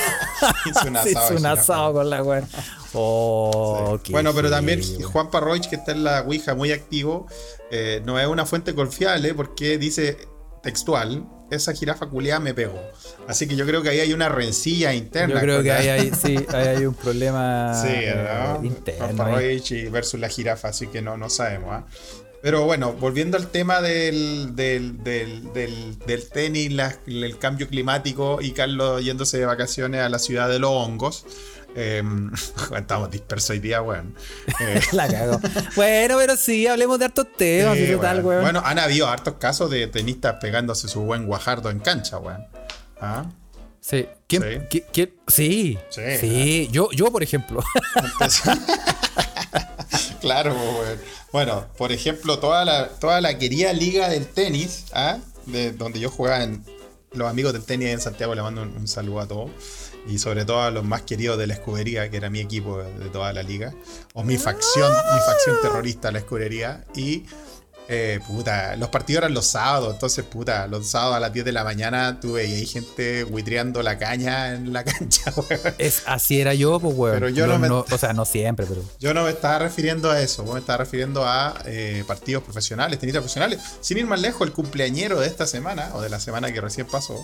Hizo un Se hizo de un jirafa. asado con la weón. Oh, qué Bueno, pero también heavy, weón. Juan Parroich, que está en la Ouija muy activo, eh, no es una fuente confiable porque dice textual, esa jirafa culeada me pegó. Así que yo creo que ahí hay una rencilla interna. Yo creo que ¿verdad? ahí hay, sí, ahí hay un problema eh, Sí, ¿no? Juan interno. ahí. Parroich y versus la jirafa, así que no, no sabemos. ¿ah? Pero bueno, volviendo al tema del, del, del, del, del tenis, la- el cambio climático y Carlos yéndose de vacaciones a la ciudad de los hongos. eh, estamos dispersos hoy día, weón. Eh, La cago. Bueno, pero sí, hablemos de hartos temas. Sí, y qué tal, weón. weón. Bueno, han habido hartos casos de tenistas pegándose su buen guajardo en cancha, weón. Ah, Sí. ¿Quién, Sí. qui- quién- sí. Sí, Sí. Yo, yo, por ejemplo. claro, pues, weón. Bueno, por ejemplo, toda la, toda la querida liga del tenis, ¿ah? de donde yo jugaba en los amigos del tenis en Santiago, le mando un, un saludo a todos. Y sobre todo a los más queridos de la escudería, que era mi equipo de toda la liga. O mi facción, mi facción terrorista, la escudería. Y eh, puta, los partidos eran los sábados, entonces puta, los sábados a las 10 de la mañana tuve y hay gente huitreando la caña en la cancha, weón. Es, así era yo, pues, weón. Pero yo no me- O sea, no siempre, pero. Yo no me estaba refiriendo a eso, vos me estaba refiriendo a eh, partidos profesionales, tenistas profesionales. Sin ir más lejos, el cumpleañero de esta semana, o de la semana que recién pasó,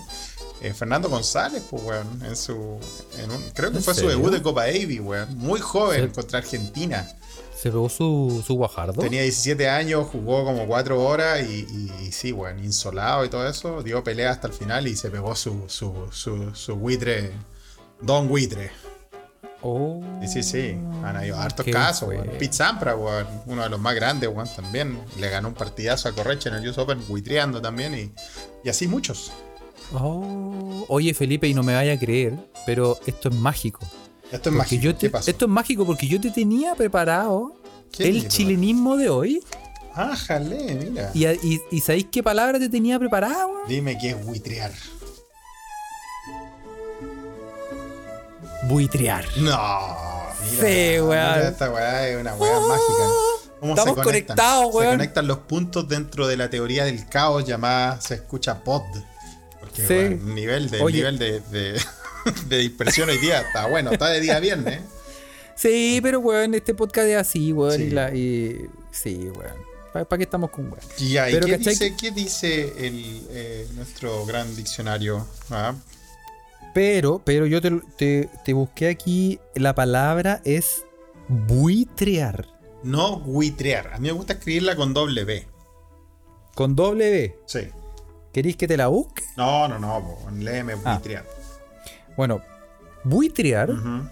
eh, Fernando González, pues, weón, en su. en un- creo que ¿En fue su serio? debut de Copa Davis, weón. Muy joven Sí. contra Argentina. Se pegó su, su guajardo. Tenía 17 años, jugó como 4 horas y, y- y sí, weón, insolado y todo eso. Dio pelea hasta el final y se pegó su, su, su, su buitre, Don Buitre. Oh. Y sí, sí, han habido hartos Qué casos, weón. feo. Pete Sampras, weón, uno de los más grandes, weón, también. Le ganó un partidazo a Correche en el US Open, buitreando también y, y así muchos. Oh. Oye, Felipe, y no me vaya a creer, pero esto es mágico. Esto es Porque mágico. yo te- Pues, ¿Qué pasó? Esto es mágico porque yo te tenía preparado ¿Qué el mierda? chilenismo de hoy. Ah, jale, mira. Y, y, y ¿sabéis qué palabra te tenía preparada, weón? Dime qué es buitrear. Buitrear. No, mira. Sí, weón. Mira, esta weá es una weá mágica. ¿Cómo Estamos conectan? conectados, Se weón. conectan los puntos dentro de la teoría del caos llamada se escucha pod. Porque Sí. weón, nivel de, Oye. nivel de, de, de dispersión hoy día está bueno, está de día viernes. Sí, pero weón, este podcast es así, weón. Sí. Y, la, y- sí, weón. ¿Para qué estamos con weón? Y ahí, Pero, ¿qué, ¿cachai? dice, qué dice el, eh, nuestro gran diccionario? Ah, Pero, pero yo te, te- te busqué aquí. La palabra es buitrear. no buitrear. A mí me gusta escribirla con doble B. Con doble B. Sí. ¿Queréis que te la busque? No, no, no, po, léeme Ah. buitrear. Bueno, buitrear Ujú.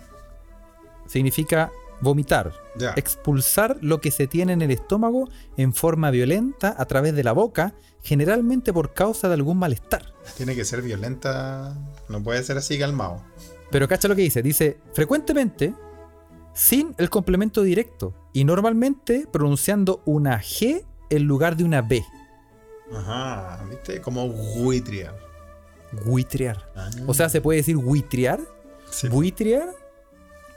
significa vomitar, Ya. expulsar lo que se tiene en el estómago en forma violenta a través de la boca, generalmente por causa de algún malestar. Tiene que ser violenta. No puede ser así calmado. Pero cacha lo que dice, dice frecuentemente sin el complemento directo y normalmente pronunciando una G en lugar de una B. Ajá, ¿viste? Como buitrear. Buitrear. Ah. O sea, se puede decir buitrear, Sí. buitrear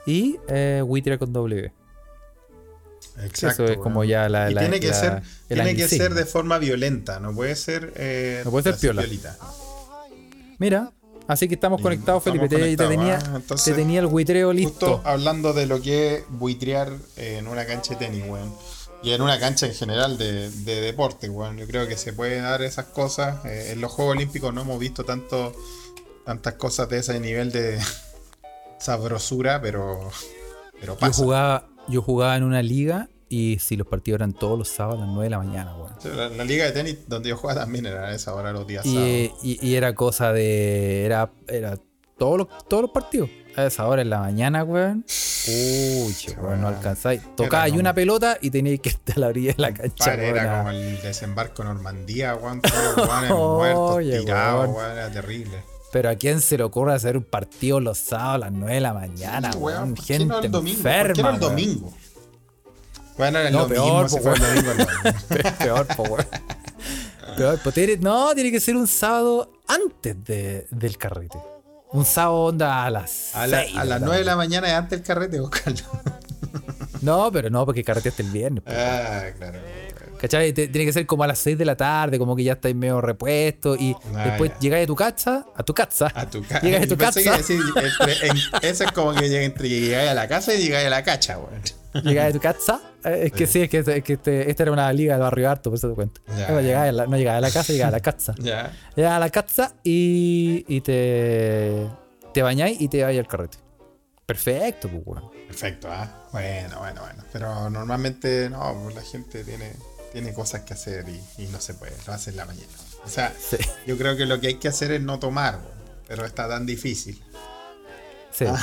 y eh, buitrear con W. Exacto, Eso es weón. como ya la... Y la- tiene que la- ser, el tiene que ser anglicismo. de forma violenta, no puede ser, eh, No puede ser así piola. piolita. Mira, así que estamos conectados, Estamos Felipe. te- te, conectados, tenía, ah, entonces, te tenía el buitreo Justo listo. hablando de lo que es buitrear en una cancha de tenis, weón. Y en una cancha en general de, de deporte, weón. Yo creo que se puede dar esas cosas. Eh, en los Juegos Olímpicos no hemos visto tanto, tantas cosas de ese nivel de sabrosura, pero, pero Yo pasa. jugaba, yo jugaba en una liga y si los partidos eran todos los sábados a las 9 de la mañana, weón. La, la liga de tenis donde yo jugaba también era a esa hora los días Y, sábados. eh, y- y era cosa de. Era, era todos, los, todos los partidos. A esa hora en la mañana, weón. Uy, che, weón, no weón. alcanzáis. Tocaba ahí como- una pelota y teníais que estar a la orilla de la cancha, Padre, weón, era a- como el desembarco en Normandía, weón. Todos los weones muertos, Oye, tirados, weón. weón. Era terrible. Pero a quién se le ocurre hacer un partido los sábados a las 9 de la mañana, Sí, weón, weón. ¿por qué no Gente el domingo? ¿Por enferma. qué no el weón. domingo? Bueno, era el No, domingo, peor, se po, fue el weón. domingo. hermano. Peor, po, weón. Peor, po. Tiene- no, tiene que ser un sábado antes de- del carrete. Un sábado onda a las A, la- seis a las 9 de la mañana es antes el carrete, buscarlo. tarde. No, pero no, porque carreteaste el viernes. po. Ah, claro. ¿Cachai? Te- tiene que ser como a las 6 de la tarde, como que ya estáis medio repuesto. Y Ah, después ya. llegáis a tu casa, a tu casa. A tu casa. Llegáis a tu casa. eso es como que llega- entre que llegáis a la casa y llegáis a la cacha, weón. Llegáis a tu casa. eh, es que sí, es que, es que este- esta era una liga del barrio harto, por eso te cuento. Ya. No, llegáis a la- no llegáis a la casa, llegáis a la casa. Ya. Llegas Eh, a la casa y, y te, te bañáis y te vais al carrete. Perfecto, pues, weón. Perfecto, ¿ah? Bueno, bueno, bueno. Pero normalmente, no, pues la gente tiene, tiene cosas que hacer y, y no se puede. Lo hace en la mañana. O sea, Sí, yo creo que lo que hay que hacer es no tomar, weón. Pero está tan difícil. sí.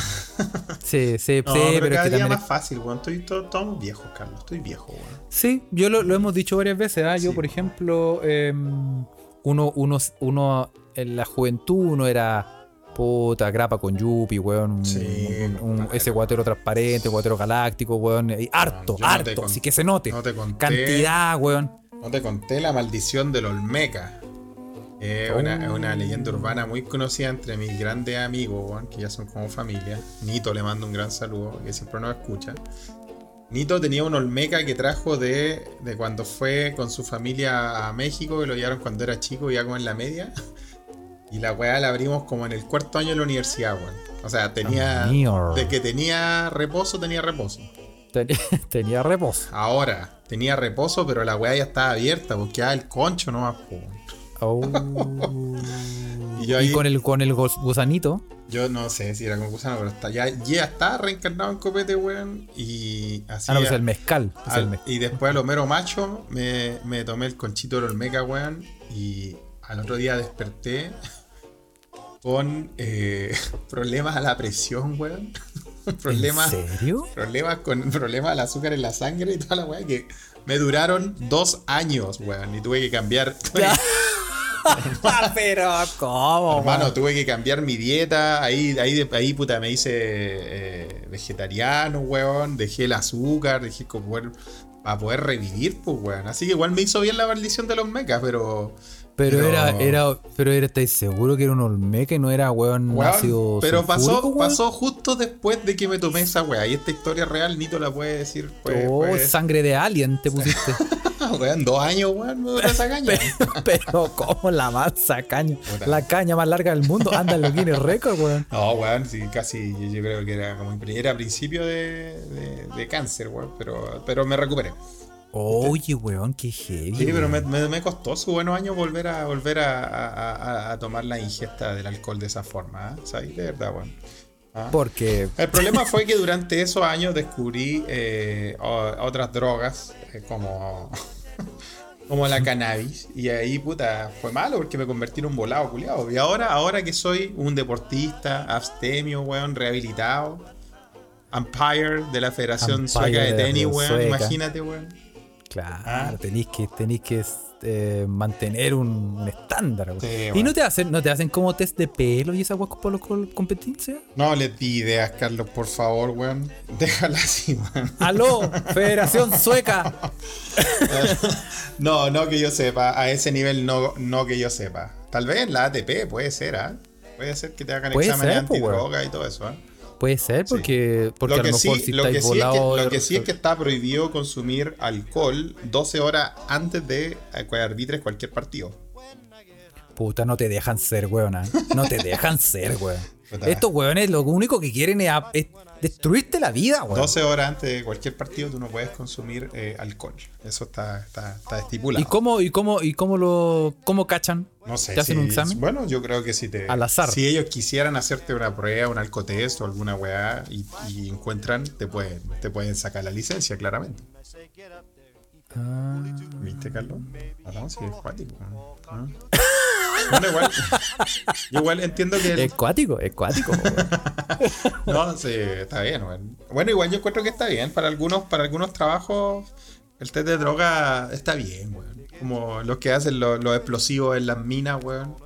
Sí, sí, Ah. No, sí, pero, pero, es cada que día también. más fácil, weón. Estoy todo, todos viejos, Carlos. Estoy viejo, weón. Sí, yo lo, lo hemos dicho varias veces. ¿ah? Yo, Sí. por ejemplo, em, uno, uno, uno en la juventud uno era puta, grapa con Yupi, weón. un- Sí, un- un- compadre. ese guatero transparente, guatero galáctico, weón. y harto, yo no te harto, con- así que se note. No te conté. Cantidad, weón. No te conté la maldición del Olmeca. Es una, una leyenda urbana muy conocida entre mis grandes amigos, weón, que ya son como familia. Nito le mando un gran saludo, que siempre nos escucha. Nito tenía un Olmeca que trajo de, de cuando fue con su familia a México, que lo llevaron cuando era chico, ya como en la media. Y la weá la abrimos como en el cuarto año de la universidad, weón. O sea, tenía. Mío. De que tenía reposo, tenía reposo. Tenía, tenía reposo. Ahora, tenía reposo, pero la weá ya estaba abierta, porque quedaba el concho nomás, po, weón. Oh. Y y yo ahí- con el con el gus- gusanito. Yo no sé si era con gusano, pero está, ya, ya está reencarnado en copete, weón. Y así. Ah, no, pues el mezcal. pues el al- mezcal. y después al Homero Macho me, me tomé el conchito del Olmeca, weón. Y al otro día desperté con eh, problemas a la presión, weón. problemas, ¿En serio? problemas con problemas al azúcar en la sangre y toda la weá que me duraron dos años, weón. Y tuve que cambiar. Ah, pero ¿cómo? Hermano, tuve que cambiar mi dieta. Ahí, ahí, ahí puta, me hice eh, vegetariano, weón. Dejé el azúcar, dejé como poder, para poder revivir, pues, weón. Así que igual me hizo bien la maldición de los mecas, pero. Pero, Pero- era, era, pero era, ¿estáis seguro que era un olmeca y no era weón, weón, ácido pero pasó, sulfúrico, weón? pasó justo después de que me tomé esa weá. Y esta historia real, Nito la puede decir. Pues, oh, pues, sangre de alien te pusiste. weón, dos años, weón, me duró esa caña. pero como la mansa caña. Puta. La caña más larga del mundo. Anda en los Guinness Record, weón. No, weón, sí, casi yo yo creo que era como era principio de, de- de cáncer, weón, pero, pero me recuperé. Oye, weón, qué heavy. Sí, pero weón. me, me- me costó su buenos años volver a volver a, a- a- a tomar la ingesta del alcohol de esa forma, ¿ah? ¿sabes? De verdad, bueno. Ah. Porque. El problema fue que durante esos años descubrí eh, o- otras drogas eh, como, como la cannabis. Y ahí, puta, fue malo porque me convertí en un volado, culiado. Y ahora, ahora que soy un deportista, abstemio, weón, rehabilitado, umpire de la Federación Umpire Sueca de de la Tenis, Federación weón, Sueca. imagínate, weón. Ah. Claro, tenéis que, tenéis que eh, mantener un, un estándar, weón. Sí, Y weón. no te hacen, no te hacen como test de pelo y esa weón por los col- competencias. No les di ideas, Carlos, por favor, weón. Déjala así, weón. ¡Aló! ¡Federación Sueca! No, no que yo sepa. A ese nivel no, no que yo sepa. Tal vez en la ATP puede ser, ¿ah? Puede ser que te hagan Puede exámenes ser, pues, weón. antidroga y todo eso, ¿ah? Puede ser, porque, porque lo a lo que, mejor sí, si lo, que estáis sí es que, volados. lo que sí es que está prohibido consumir alcohol 12 horas antes de eh, que arbitres cualquier partido. Puta, no te dejan ser, weón. ah. No te dejan ser, weón. Puta. Estos weones lo único que quieren es, es destruirte la vida, weón. 12 horas antes de cualquier partido tú no puedes consumir eh, alcohol. Eso está, está, está estipulado. ¿Y cómo, y cómo, y cómo lo cómo cachan? No sé. ¿Te hacen si- un examen? Bueno, yo creo que si te. Al azar. Si ellos quisieran hacerte una prueba, un alcotest o alguna weá y, y encuentran, te pueden, te pueden sacar la licencia, claramente. Ah. ¿Viste, Carlos? Ah, Hablamos de acuático. ¿no? Ah. Bueno, igual, yo igual entiendo que. el- Es cuático, es cuático. weón. no, sí, está bien, weón. Bueno, igual yo encuentro que está bien. Para algunos, para algunos trabajos, el test de droga está bien, weón. Como los que hacen los, los explosivos en las minas, weón.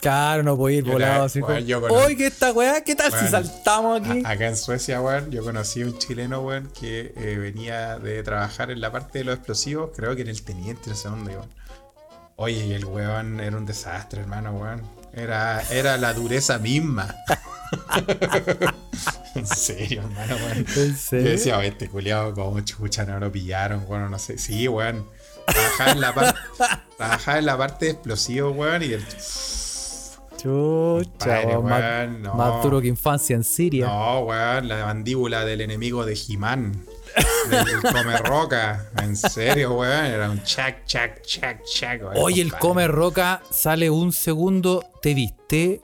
Claro, no puedo ir Yo volado la- así weón, yo como. conozco- Oye, ¿qué esta weá? ¿Qué tal si Weón. saltamos aquí? A- Acá en Suecia, weón, yo conocí a un chileno, weón, que eh, venía de trabajar en la parte de los explosivos, creo que en el teniente, no sé dónde, weón. Oye, y el weón era un desastre, hermano, weón. Era, era la dureza misma. en serio, hermano, weón. ¿En Yo serio? decía, "Oye, este culiado, como chucha, no lo pillaron, weón, no sé. Sí, weón. Trabajaba en la, par- trabajaba en la parte de explosivos, weón, y el Chucha, Compadre, weón, más- weón, no. más duro que infancia en Siria. No, weón, la mandíbula del enemigo de He-Man. Del Come Roca. En serio, weón. Era un chac, chac, chac, chac. weón, Hoy el compadre. Come Roca sale un segundo, te viste.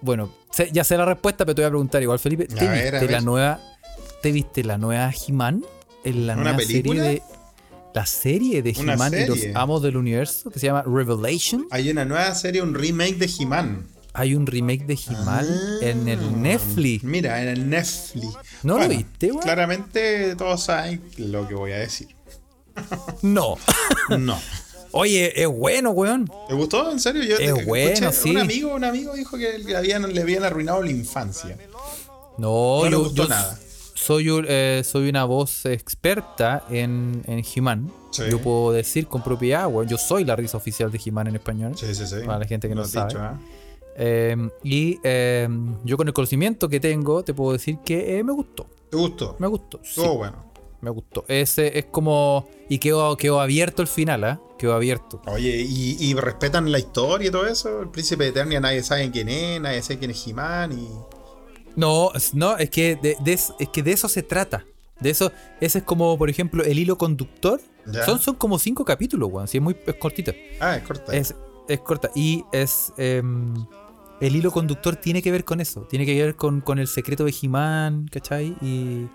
Bueno, sé- ya sé la respuesta, pero te voy a preguntar igual, Felipe. ¿Te A ver, viste a ver. la nueva. ¿Te viste la nueva He-Man? En la ¿Una nueva película? serie de. La serie de ¿Una He-Man y los serie? Amos del Universo, que se llama Revelation. Hay una nueva serie, un remake de He-Man. Mm. Hay un remake de He-Man Ah. en el Netflix. Mira, en el Netflix. ¿No lo viste, weón? Claramente todos saben lo que voy a decir. No. No. Oye, es bueno, weón. ¿Te gustó? ¿En serio? Yo Es escuché- bueno, sí. Un amigo, un amigo dijo que le habían, le habían arruinado la infancia. No, No le yo, gustó yo nada. soy, un- eh, soy una voz experta en, en He-Man. Sí. Yo puedo decir con propiedad, weón, yo soy la risa oficial de He-Man en español. Sí, sí, sí. Para la gente que Lo no has sabe. dicho, ¿eh? Eh, y eh, yo con el conocimiento que tengo te puedo decir que eh, me gustó, ¿Te gustó? me gustó. sí, Estuvo bueno. me gustó. Ese es como... Y quedó, quedó abierto el final, ¿ah? Quedó abierto. Oye, ¿y, y respetan la historia y todo eso? El príncipe de Eternia, nadie sabe quién es, nadie sabe quién es He-Man y... No, es- no, es que de, de es es que de eso se trata. De eso, ese es como, por ejemplo, el hilo conductor. Ya. Son, son como cinco capítulos, weón. Sí, es muy es cortita. Ah, es corta. Es, es corta. Y es. em, el hilo conductor tiene que ver con eso. Tiene que ver con, con el secreto de He-Man, ¿cachai? Y.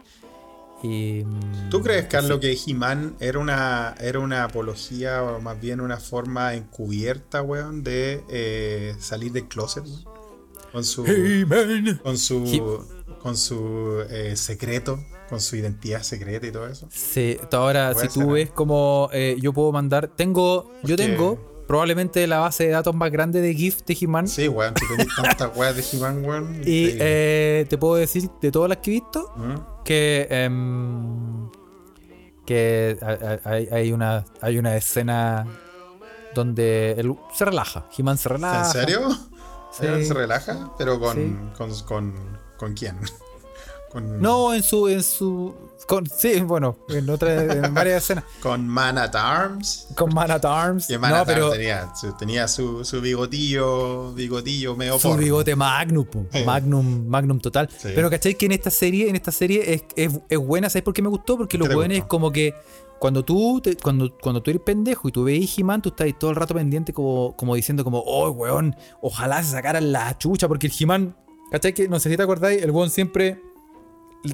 y, mm, ¿Tú crees, Carlos, que He-Man era una, era una apología o más bien una forma encubierta, weón, de eh, salir del closet? weón? Con su... He-Man. Con su... Con su eh, secreto, con su identidad secreta y todo eso. Sí, t- ahora, Puede si tú ser, ¿eh? ves como eh, yo puedo mandar. Tengo. Porque- Yo tengo probablemente la base de datos más grande de GIF de He-Man. Sí, weón, tú tenés tantas weas de He-Man, weón. Y sí. eh, te puedo decir de todas las que he visto ¿Mm? que em, que ha- ha- hay, hay una hay una escena donde él se relaja, He-Man se relaja. ¿En serio? Sí. Ahora ¿Se relaja? ¿Pero con, Sí. con, con, con quién? Con, No, en su en su con- sí, bueno, en otra en varias escenas Con Man at Arms. con Man at Arms. Que Man no, at pero Arms tenía, su, tenía su, su bigotillo, bigotillo medio su porno. bigote magnum, po. Sí. magnum, magnum total. Sí. Pero ¿cachai? Que en esta serie, en esta serie es, es- es buena, ¿sabes por qué me gustó? Porque los te jóvenes gustó? como que cuando tú te- cuando, cuando tú eres pendejo y tú veis He-Man, tú estás ahí todo el rato pendiente como, como diciendo como, oh weón, ojalá se sacaran la chucha, porque el He-Man, ¿cachai? Que no sé si te acordáis, el weón siempre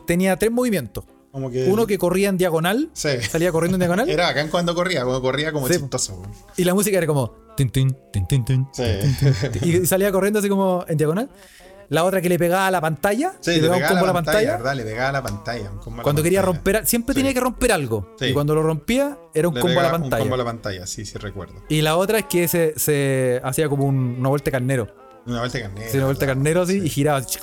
tenía tres movimientos. Como que, Uno que corría en diagonal, Sí. salía corriendo en diagonal, Era bacán cuando corría, cuando corría como Sí. chistoso. güey. y la música era como, tin, tin, tin, tin, tin, Sí. y y salía corriendo así como en diagonal. La otra que le pegaba a la pantalla, Sí, le le pegaba un pegaba combo a a la pantalla. ¿verdad? Le pegaba a la pantalla. un combo a la cuando quería pantalla. romper, a- siempre Sí. tenía que romper algo. Sí. Y cuando lo rompía, era un Le combo a la pegaba Un pantalla. combo a la pantalla, sí, sí, recuerdo. Y la otra es que se, se hacía como un- una vuelta de carnero. Una vuelta de carnero. Sí, una vuelta de ¿verdad? carnero así Sí. y giraba. Sí,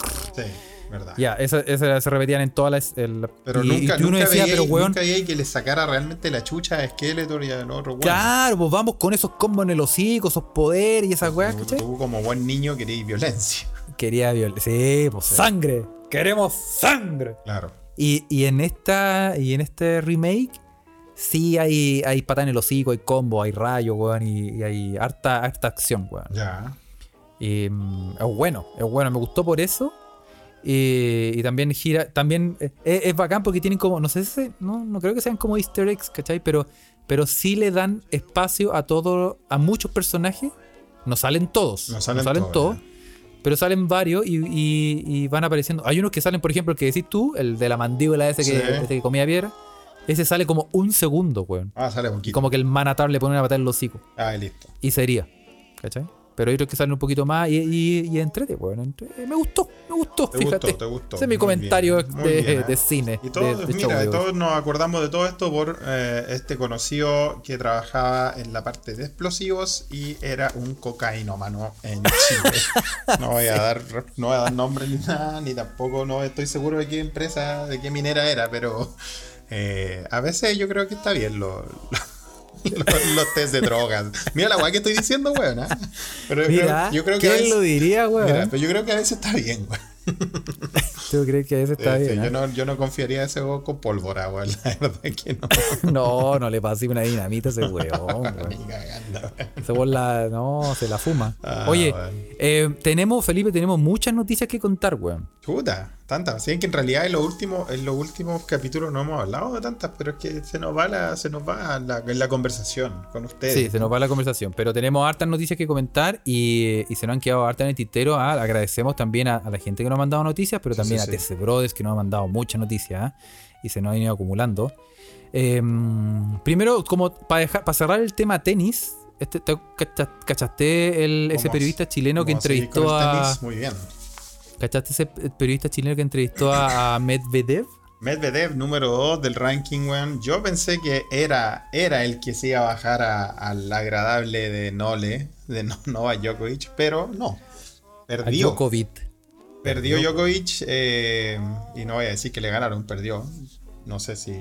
verdad. Ya, esas se repetían en todas las. el- Pero y, nunca, y uno nunca, decía, veía, pero weón, nunca veía que le sacara realmente la chucha a Skeletor y al otro weón. claro, pues vamos con esos combos en el hocico, esos poderes y esas weas, Tú- ¿cachai? Tú como buen niño querías violencia. Quería violencia. Sí, pues sangre. Queremos sangre. Claro. Y, y en esta y en este remake sí hay, hay patada en el hocico, hay combo, hay rayo, weón, y, y hay harta, harta acción, weón. Ya. Y, mm, es bueno, es bueno, me gustó por eso. Eh, Y, y también gira, también eh, es, es bacán porque tienen como, no sé si, no, no creo que sean como easter eggs, ¿cachai? Pero, pero sí le dan espacio a todo, a muchos personajes. No salen todos, No salen todos, eh. ya. pero salen varios y, y- y van apareciendo. Hay unos que salen, por ejemplo, el que decís tú, el de la mandíbula ese que, Sí. ese que comía piedra. Ese sale como un segundo, weón. Ah, sale Y poquito. como que el manatar le pone una patada en el hocico. Ah, listo. Y sería. ¿Cachai? Pero hay otros que salen un poquito más y, y, y entrete, weón. Entre- Me gustó, me gustó, Te fíjate. gustó, te gustó. Ese es mi Muy comentario bien, muy de, bien, ¿eh? de cine. Y todos, de, de show, mira, digo. todos nos acordamos de todo esto por eh, este conocido que trabajaba en la parte de explosivos y era un cocainómano en Chile. no, voy a dar, no voy a dar nombre ni nada, ni tampoco no estoy seguro de qué empresa, de qué minera era, pero eh, a veces yo creo que está bien lo- lo- lo- los test de drogas. Mira la guay que estoy diciendo, weón. ¿eh? Pero yo creo- Mira, yo creo que a ¿quién veces- lo diría, weón? Mira, pero yo creo que a veces está bien, weón. ¿Tú crees que ese está Sí, sí, bien? Este, yo, ¿eh? no, yo no confiaría ese huevo con pólvora, weón. La verdad es que no. No, no le pasé una dinamita a ese weón, Ni Oh, weón. cagando, weón. Ese weón la- no, se la fuma. Ah, Oye, weón. eh, tenemos, Felipe, tenemos muchas noticias que contar, weón. Chuta, tantas. Así que en realidad en los últimos, en los últimos capítulos no hemos hablado de tantas, pero es que se nos va la, se nos va la, la conversación con ustedes. Sí, se nos va la conversación, pero tenemos hartas noticias que comentar y, y se nos han quedado hartas en el tintero. Ah, agradecemos también a, a la gente que nos ha mandado noticias, pero Sí, también sí, a TC Brothers que nos ha mandado muchas noticias ¿ah? y se nos han ido acumulando. Em, primero, como para cerrar el tema tenis, este, te- cacha- ¿cachaste el- ese Vamos- periodista chileno que vamos a seguir con el entrevistó a... tenis. Muy bien. ¿Cachaste ese periodista chileno que entrevistó a, a Medvedev? Medvedev, número 2 del ranking, weón. Yo pensé que era, era el que se iba a bajar a- al agradable de Nole, de No- Novak Djokovic, pero no. A Perdió. Djokovic. Perdió Djokovic eh, y no voy a decir que le ganaron, perdió. No sé si.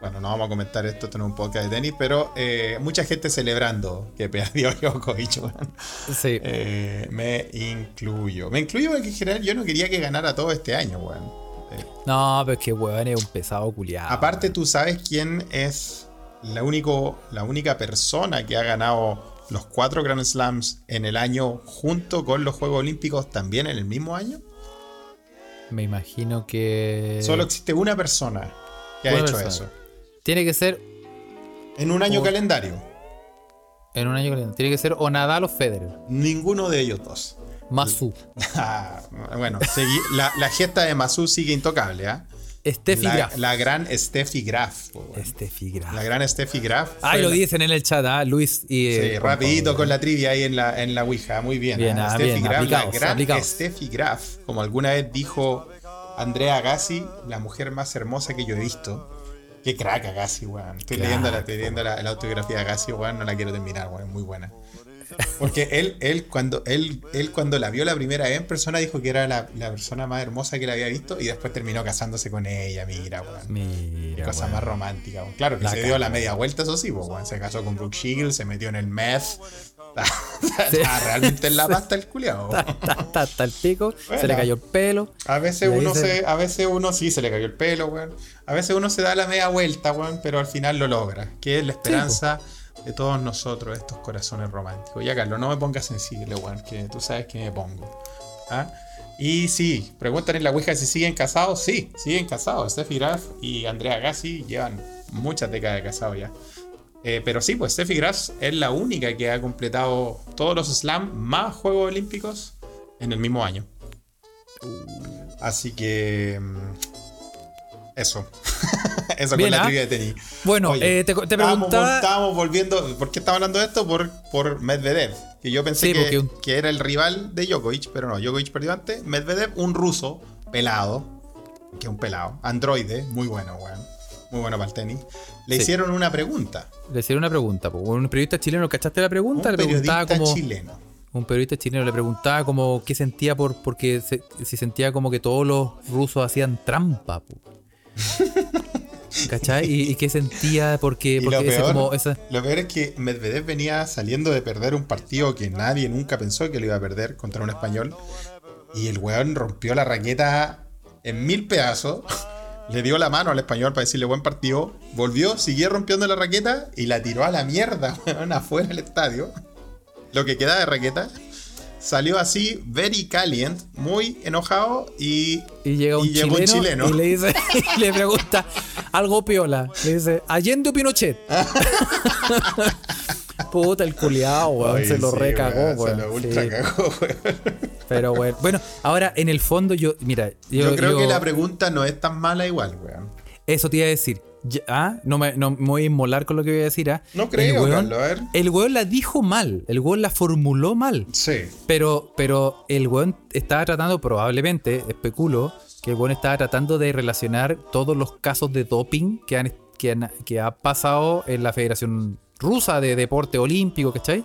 Bueno, no vamos a comentar esto en un podcast de tenis, pero eh, mucha gente celebrando que perdió Djokovic. weón. Sí. Eh, me incluyo. Me incluyo porque en general yo no quería que ganara todo este año, weón. No, pero es que weón es un pesado culiado. Aparte, tú sabes quién es la, único, la única persona que ha ganado los cuatro Grand Slams en el año junto con los Juegos Olímpicos también en el mismo año. Me imagino que. Solo existe una persona que ha Una hecho persona. eso. Tiene que ser. En un año Oh. calendario. En un año que Tiene que ser o Nadal o Federer. Ninguno de ellos dos. Masu. Ah, bueno, segui- la, la gesta de Masu sigue intocable, ¿ah? Steffi la, Graf. la gran Steffi Graf. po, weón. Steffi Graf. La gran Steffi Graf. Ay, fue lo la- dicen en el chat, ah, Luis y. Sí, eh, por rapidito favor. con la trivia ahí en la, en la Ouija. Muy bien. Bien, ¿eh? ah, Steffi bien, Graf, aplicados, la gran aplicados. Steffi Graf. Como alguna vez dijo Andrea Agassi, la mujer más hermosa que yo he visto. Qué crack Agassi, weón. Estoy Crack, leyendo, la, estoy leyendo la, la autobiografía de Agassi, weón. No la quiero terminar, weón. Es muy buena. Porque él, él, cuando, él, él cuando la vio la primera vez en persona dijo que era la, la persona más hermosa que la había visto y después terminó casándose con ella, mira, weón. Mira. Cosa weón. más romántica. weón. Claro que La se caga. dio la media vuelta, eso sí, pues, weón. se casó con Brooke Shield, se metió en el meth. Estaba realmente en la pasta el culiao. Ta- ta- ta el pico, se Bueno. le cayó el pelo. A veces Y ahí uno se- se, a veces uno sí se le cayó el pelo, weón. A veces uno se da la media vuelta, weón, pero al final lo logra. Que es la esperanza de todos nosotros, estos corazones románticos. Ya, Carlos, no me pongas sensible, weón, que tú sabes que me pongo. ¿Ah? Y sí, preguntan en la Ouija si siguen casados. Sí, siguen casados. Steffi Graf y Andrea Gassi llevan muchas décadas de casados ya. Eh, pero sí, pues Steffi Graf es la única que ha completado todos los slam más Juegos Olímpicos en el mismo año. Uh. Así que. mm, Eso. eso Bien, con ¿ah? la trivia de tenis. Bueno, Oye, eh, te, te Estábamos, vol- preguntaba. estábamos volviendo. ¿Por qué estaba hablando de esto? Por, por Medvedev. Que yo pensé Sí, que, porque un- que era el rival de Djokovic, pero no. Djokovic perdió antes. Medvedev, un ruso, pelado. Que un pelado. Androide, muy bueno, weón. Muy bueno para el tenis. Le Sí. hicieron una pregunta. Le hicieron una pregunta. po. Un periodista chileno, ¿cachaste la Un pregunta? le preguntaba periodista como. chileno. Un periodista chileno le preguntaba como qué sentía por. Porque se- si sentía como que todos los rusos hacían trampa, po. ¿Cachai? Y, y qué sentía porque. Y porque lo, ese peor, como esa- lo peor es que Medvedev venía saliendo de perder un partido que nadie nunca pensó que lo iba a perder contra un español. Y el weón rompió la raqueta en mil pedazos. Le dio la mano al español para decirle buen partido. Volvió, siguió rompiendo la raqueta y la tiró a la mierda, weón, afuera del estadio. Lo que queda de raqueta. Salió así, very caliente, muy enojado y Y llega un, y llega un chileno, chileno. y le dice, y le pregunta algo piola. Le dice, Allende o Pinochet. Puta el culiao, weón. Oye, se lo sí, recagó, weón, weón. Se lo ultra sí, cagó, weón. pero bueno. Bueno, ahora en el fondo yo, mira, yo, Yo, creo yo- que la pregunta no es tan mala igual, weón. eso te iba a decir. Ya- ah, no me, no me voy a inmolar con lo que voy a decir, ah. No creo, el weón, Carlos, a ver. el weón la dijo mal, el weón la formuló mal. Sí. Pero, pero el weón estaba tratando, probablemente, especulo, que el weón estaba tratando de relacionar todos los casos de doping que han, que han- que ha pasado en la Federación Rusa de Deporte Olímpico, ¿cachai?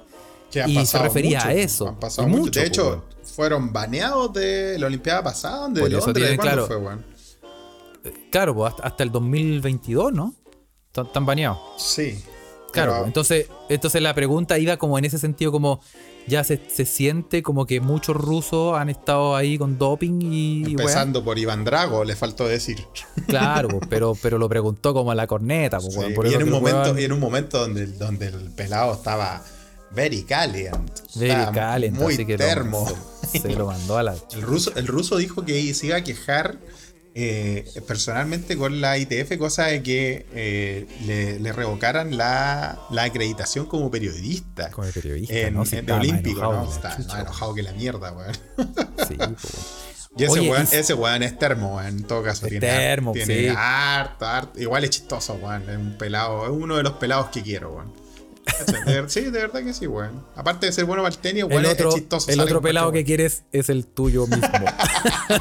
Que han Y se pasado refería mucho, a eso. han pasado Y mucho. mucho, De pues, hecho, weón. fueron baneados de la Olimpiada pasada. ¿De Por eso Londres? tienen, ¿De cuándo claro. fue, weón? Claro, pues hasta, hasta el 2022, ¿no? Están están baneados. Sí. Claro, Pero- entonces, entonces la pregunta iba como en ese sentido, como ya se, se siente como que muchos rusos han estado ahí con doping y... y weá. Empezando por Iván Drago, le faltó decir. Claro, pues, pero, pero lo preguntó como a la corneta. Pues, weón, Sí, por y, eso en un que el momento, weón- y en un momento donde, el- donde el pelado estaba very caliente. Very Estaba Calent, Muy así que lo- termo. se, se lo mandó a la. El ruso, el ruso dijo que se iba a quejar eh, personalmente con la ITF, cosa de que eh, le, le revocaran la, la acreditación como periodista. Con el periodista. En, ¿no? Si en- de estaba más Olímpico, enojado ¿no? que la Está chucha, más enojado que la mierda, weón. weón. Sí, pues, Y ese, Oye, weón, y- ese weón es termo, weón. En todo caso, Es tiene, termo, tiene sí. harto, harto. Igual es chistoso, weón. Es un pelado, es uno de los pelados que quiero, weón. De ver- sí, de verdad que sí, weón. Aparte de ser bueno para el tenis, weón. weón, El es- otro, es chistoso. el sale otro con pelado que cualquier quieres es el tuyo mismo. weón.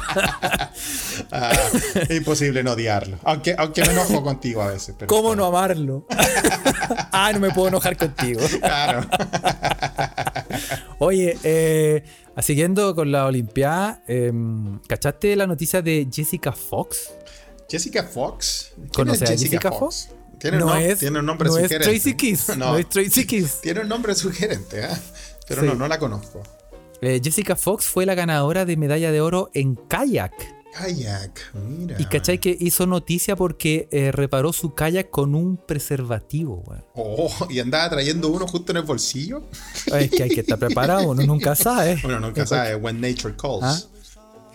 Ah, es imposible no odiarlo. Aunque, aunque me enojo contigo a veces. Pero ¿Cómo no amarlo? ah, no me puedo enojar contigo. Claro. Oye, eh, Ah, Siguiendo con la Olimpiada, em, ¿cachaste la noticia de Jessica Fox? Jessica Fox. ¿Quién ¿Conoce es a Jessica Fox? Tiene, un nom- tiene un nombre no es sugerente. Tracy Kiss. No. No, es Tracy Kiss. tiene un nombre sugerente, ¿ah? Pero Sí. no, no la conozco. Eh, Jessica Fox fue la ganadora de medalla de oro en kayak. Kayak, mira. Y cachai que hizo noticia porque eh, reparó su kayak con un preservativo, weón. Oh, y andaba trayendo uno justo en el bolsillo. Ay, Es que hay que estar preparado, uno nunca sabe. Bueno, nunca sabe, when nature calls. Ah.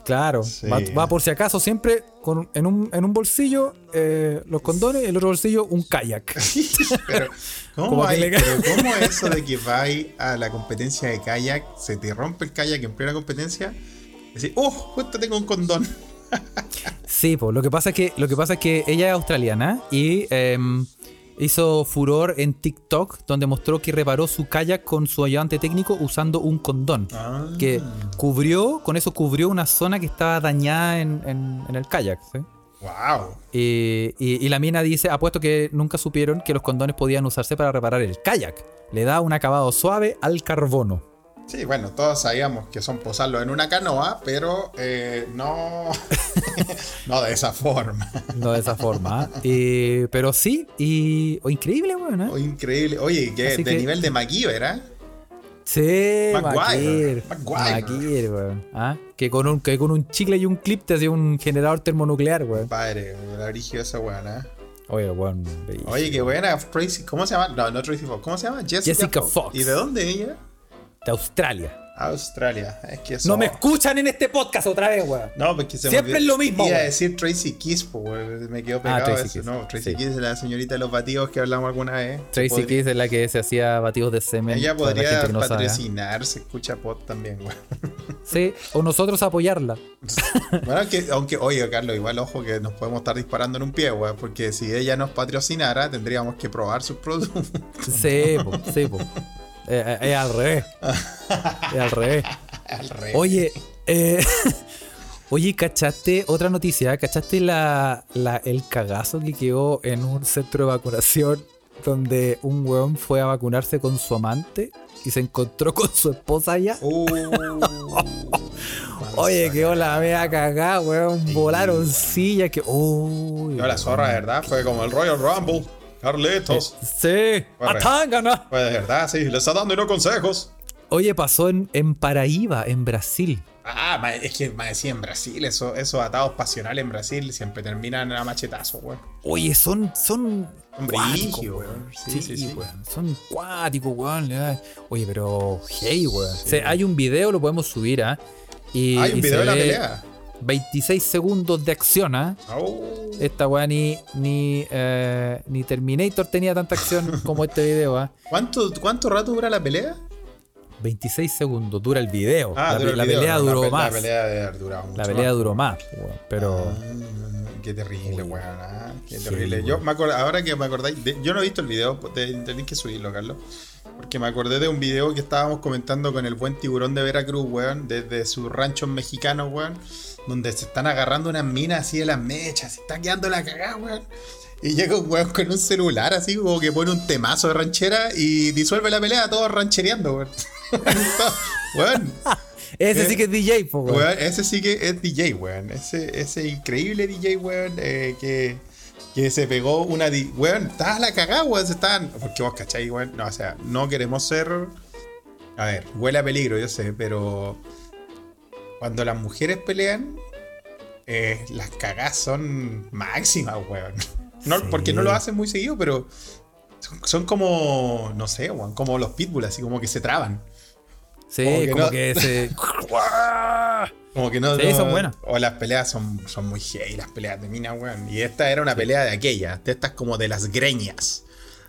Claro, Sí. va, va por si acaso siempre con, en, un, en un bolsillo eh, los condones, en el otro bolsillo un kayak. Pero, ¿cómo, Como que hay- le- pero cómo eso de que vais a la competencia de kayak, se te rompe el kayak en plena competencia? Decís, oh, justo tengo un condón. Sí, pues lo que pasa es que lo que pasa es que ella es australiana y em, hizo furor en TikTok donde mostró que reparó su kayak con su ayudante técnico usando un condón Ah. que cubrió con eso cubrió una zona que estaba dañada en, en- en el kayak. ¿sí? Wow. Y, y- y la mina dice, apuesto que nunca supieron que los condones podían usarse para reparar el kayak. Le da un acabado suave al carbono. Sí, bueno, todos sabíamos que son posarlo en una canoa, pero eh, no, no de esa forma. No de esa forma. ¿ah? Y- pero sí, y oh, increíble, weón. ¿eh? Oh, increíble. Oye, que Así de que- nivel de MacGyver, ¿eh? Sí, Maguire, Maguire. Maguire. Maguire, weón. ¿Ah? Que, con un, que con un chicle y un clip te hacía un generador termonuclear, weón. Padre, la origio esa weona. ¿eh? Oye, weón. bellísimo. Oye, qué buena. Tracy, ¿cómo se llama? No, no Tracy Fox. ¿Cómo se llama? Jessica, Jessica Fox. ¿Y de dónde ella? De Australia. Australia. Es que eso... No me escuchan en este podcast otra vez, weón. No, porque se me Siempre olvidó. es lo mismo, Iba a güey. decir Tracy Kiss, po, güey. me quedó Ah, pegado Tracy eso. Kiss. No, Tracy Sí. Kiss es la señorita de los batidos que hablamos alguna vez. Tracy Podría- Kiss es la que se hacía batidos de semen. Ella para la podría gente que no sabe, ¿ah? patrocinar, se escucha pod también, güey. Sí, o nosotros apoyarla. Bueno, que, aunque, oye, Carlos, igual ojo que nos podemos estar disparando en un pie, güey, porque si ella nos patrocinara, tendríamos que probar sus productos. Sí, po, sí, po. Eh, eh, Es al revés. Es al revés. Al revés. Oye, eh, oye, ¿cachaste otra noticia? ¿Cachaste la, la- el cagazo que quedó en un centro de vacunación donde un weón fue a vacunarse con su amante y se encontró con su esposa allá? Uh, Oye, mansa, quedó la vea cagada, weón. Sí, Volaron weón. sillas que. Uy, No, la zorra, de ¿verdad? Fue como el Royal Rumble. Carlitos. Sí, Corre. Atangana. Pues de verdad, sí, le está dando y no consejos. Oye, pasó en, en Paraíba, en Brasil. Ah, ma- es que más decía en Brasil, eso- esos atados pasionales en Brasil siempre terminan a machetazo, weón. Oye, son. son Son cuáticos, brígidos, weón. weón. Sí, weón. Son cuáticos, weón. le da- Oye, pero. Hey, weón. Sí. O sea, hay un video, lo podemos subir, ¿ah? Y- Hay y un video de se la ve pelea. 26 segundos de acción, ¿ah? Au. Esta weá ni, ni, eh, ni Terminator tenía tanta acción como este video, ¿ah? ¿Cuánto, ¿Cuánto rato dura la pelea? Ah, 26 segundos dura el video. la, dura el la video, pelea no, la duró pe- más. La pelea debe haber durado mucho más. duró más, weón. Pero. Ah, Qué terrible, weón. ah, qué Sí, terrible. weón. Yo me acor- ahora que me acordáis, de- yo no he visto el video, pues, te- tenéis que subirlo, Carlos. Porque me acordé de un video que estábamos comentando con el buen tiburón de Veracruz, weón, desde sus ranchos mexicanos, weón, donde se están agarrando unas minas así de las mechas, se está quedando la cagada, weón. Y llega un weón con un celular así, como que pone un temazo de ranchera y disuelve la pelea, todos ranchereando, weón. weón, Ese Eh, sí que es DJ, po, weón. Weón, ese sí que es DJ, weón. Ese, ese increíble DJ, weón, eh, que, que se pegó una... di- Weón, estabas la cagada, weón. Se estaban... Porque vos, ¿cachai, weón? No, o sea, no queremos ser... A ver, huele a peligro, yo sé, pero... Cuando las mujeres pelean, eh, las cagadas son máximas, weón. No, Sí. Porque no lo hacen muy seguido, pero... son- Son como, no sé, weón, como los pitbull, así como que se traban. Sí, Como que como no. que ese. Como que no. Sí, no- son buenas. O las peleas son, son muy heavy, las peleas de mina, weón. Y esta era una pelea de aquellas, de estas como de las greñas.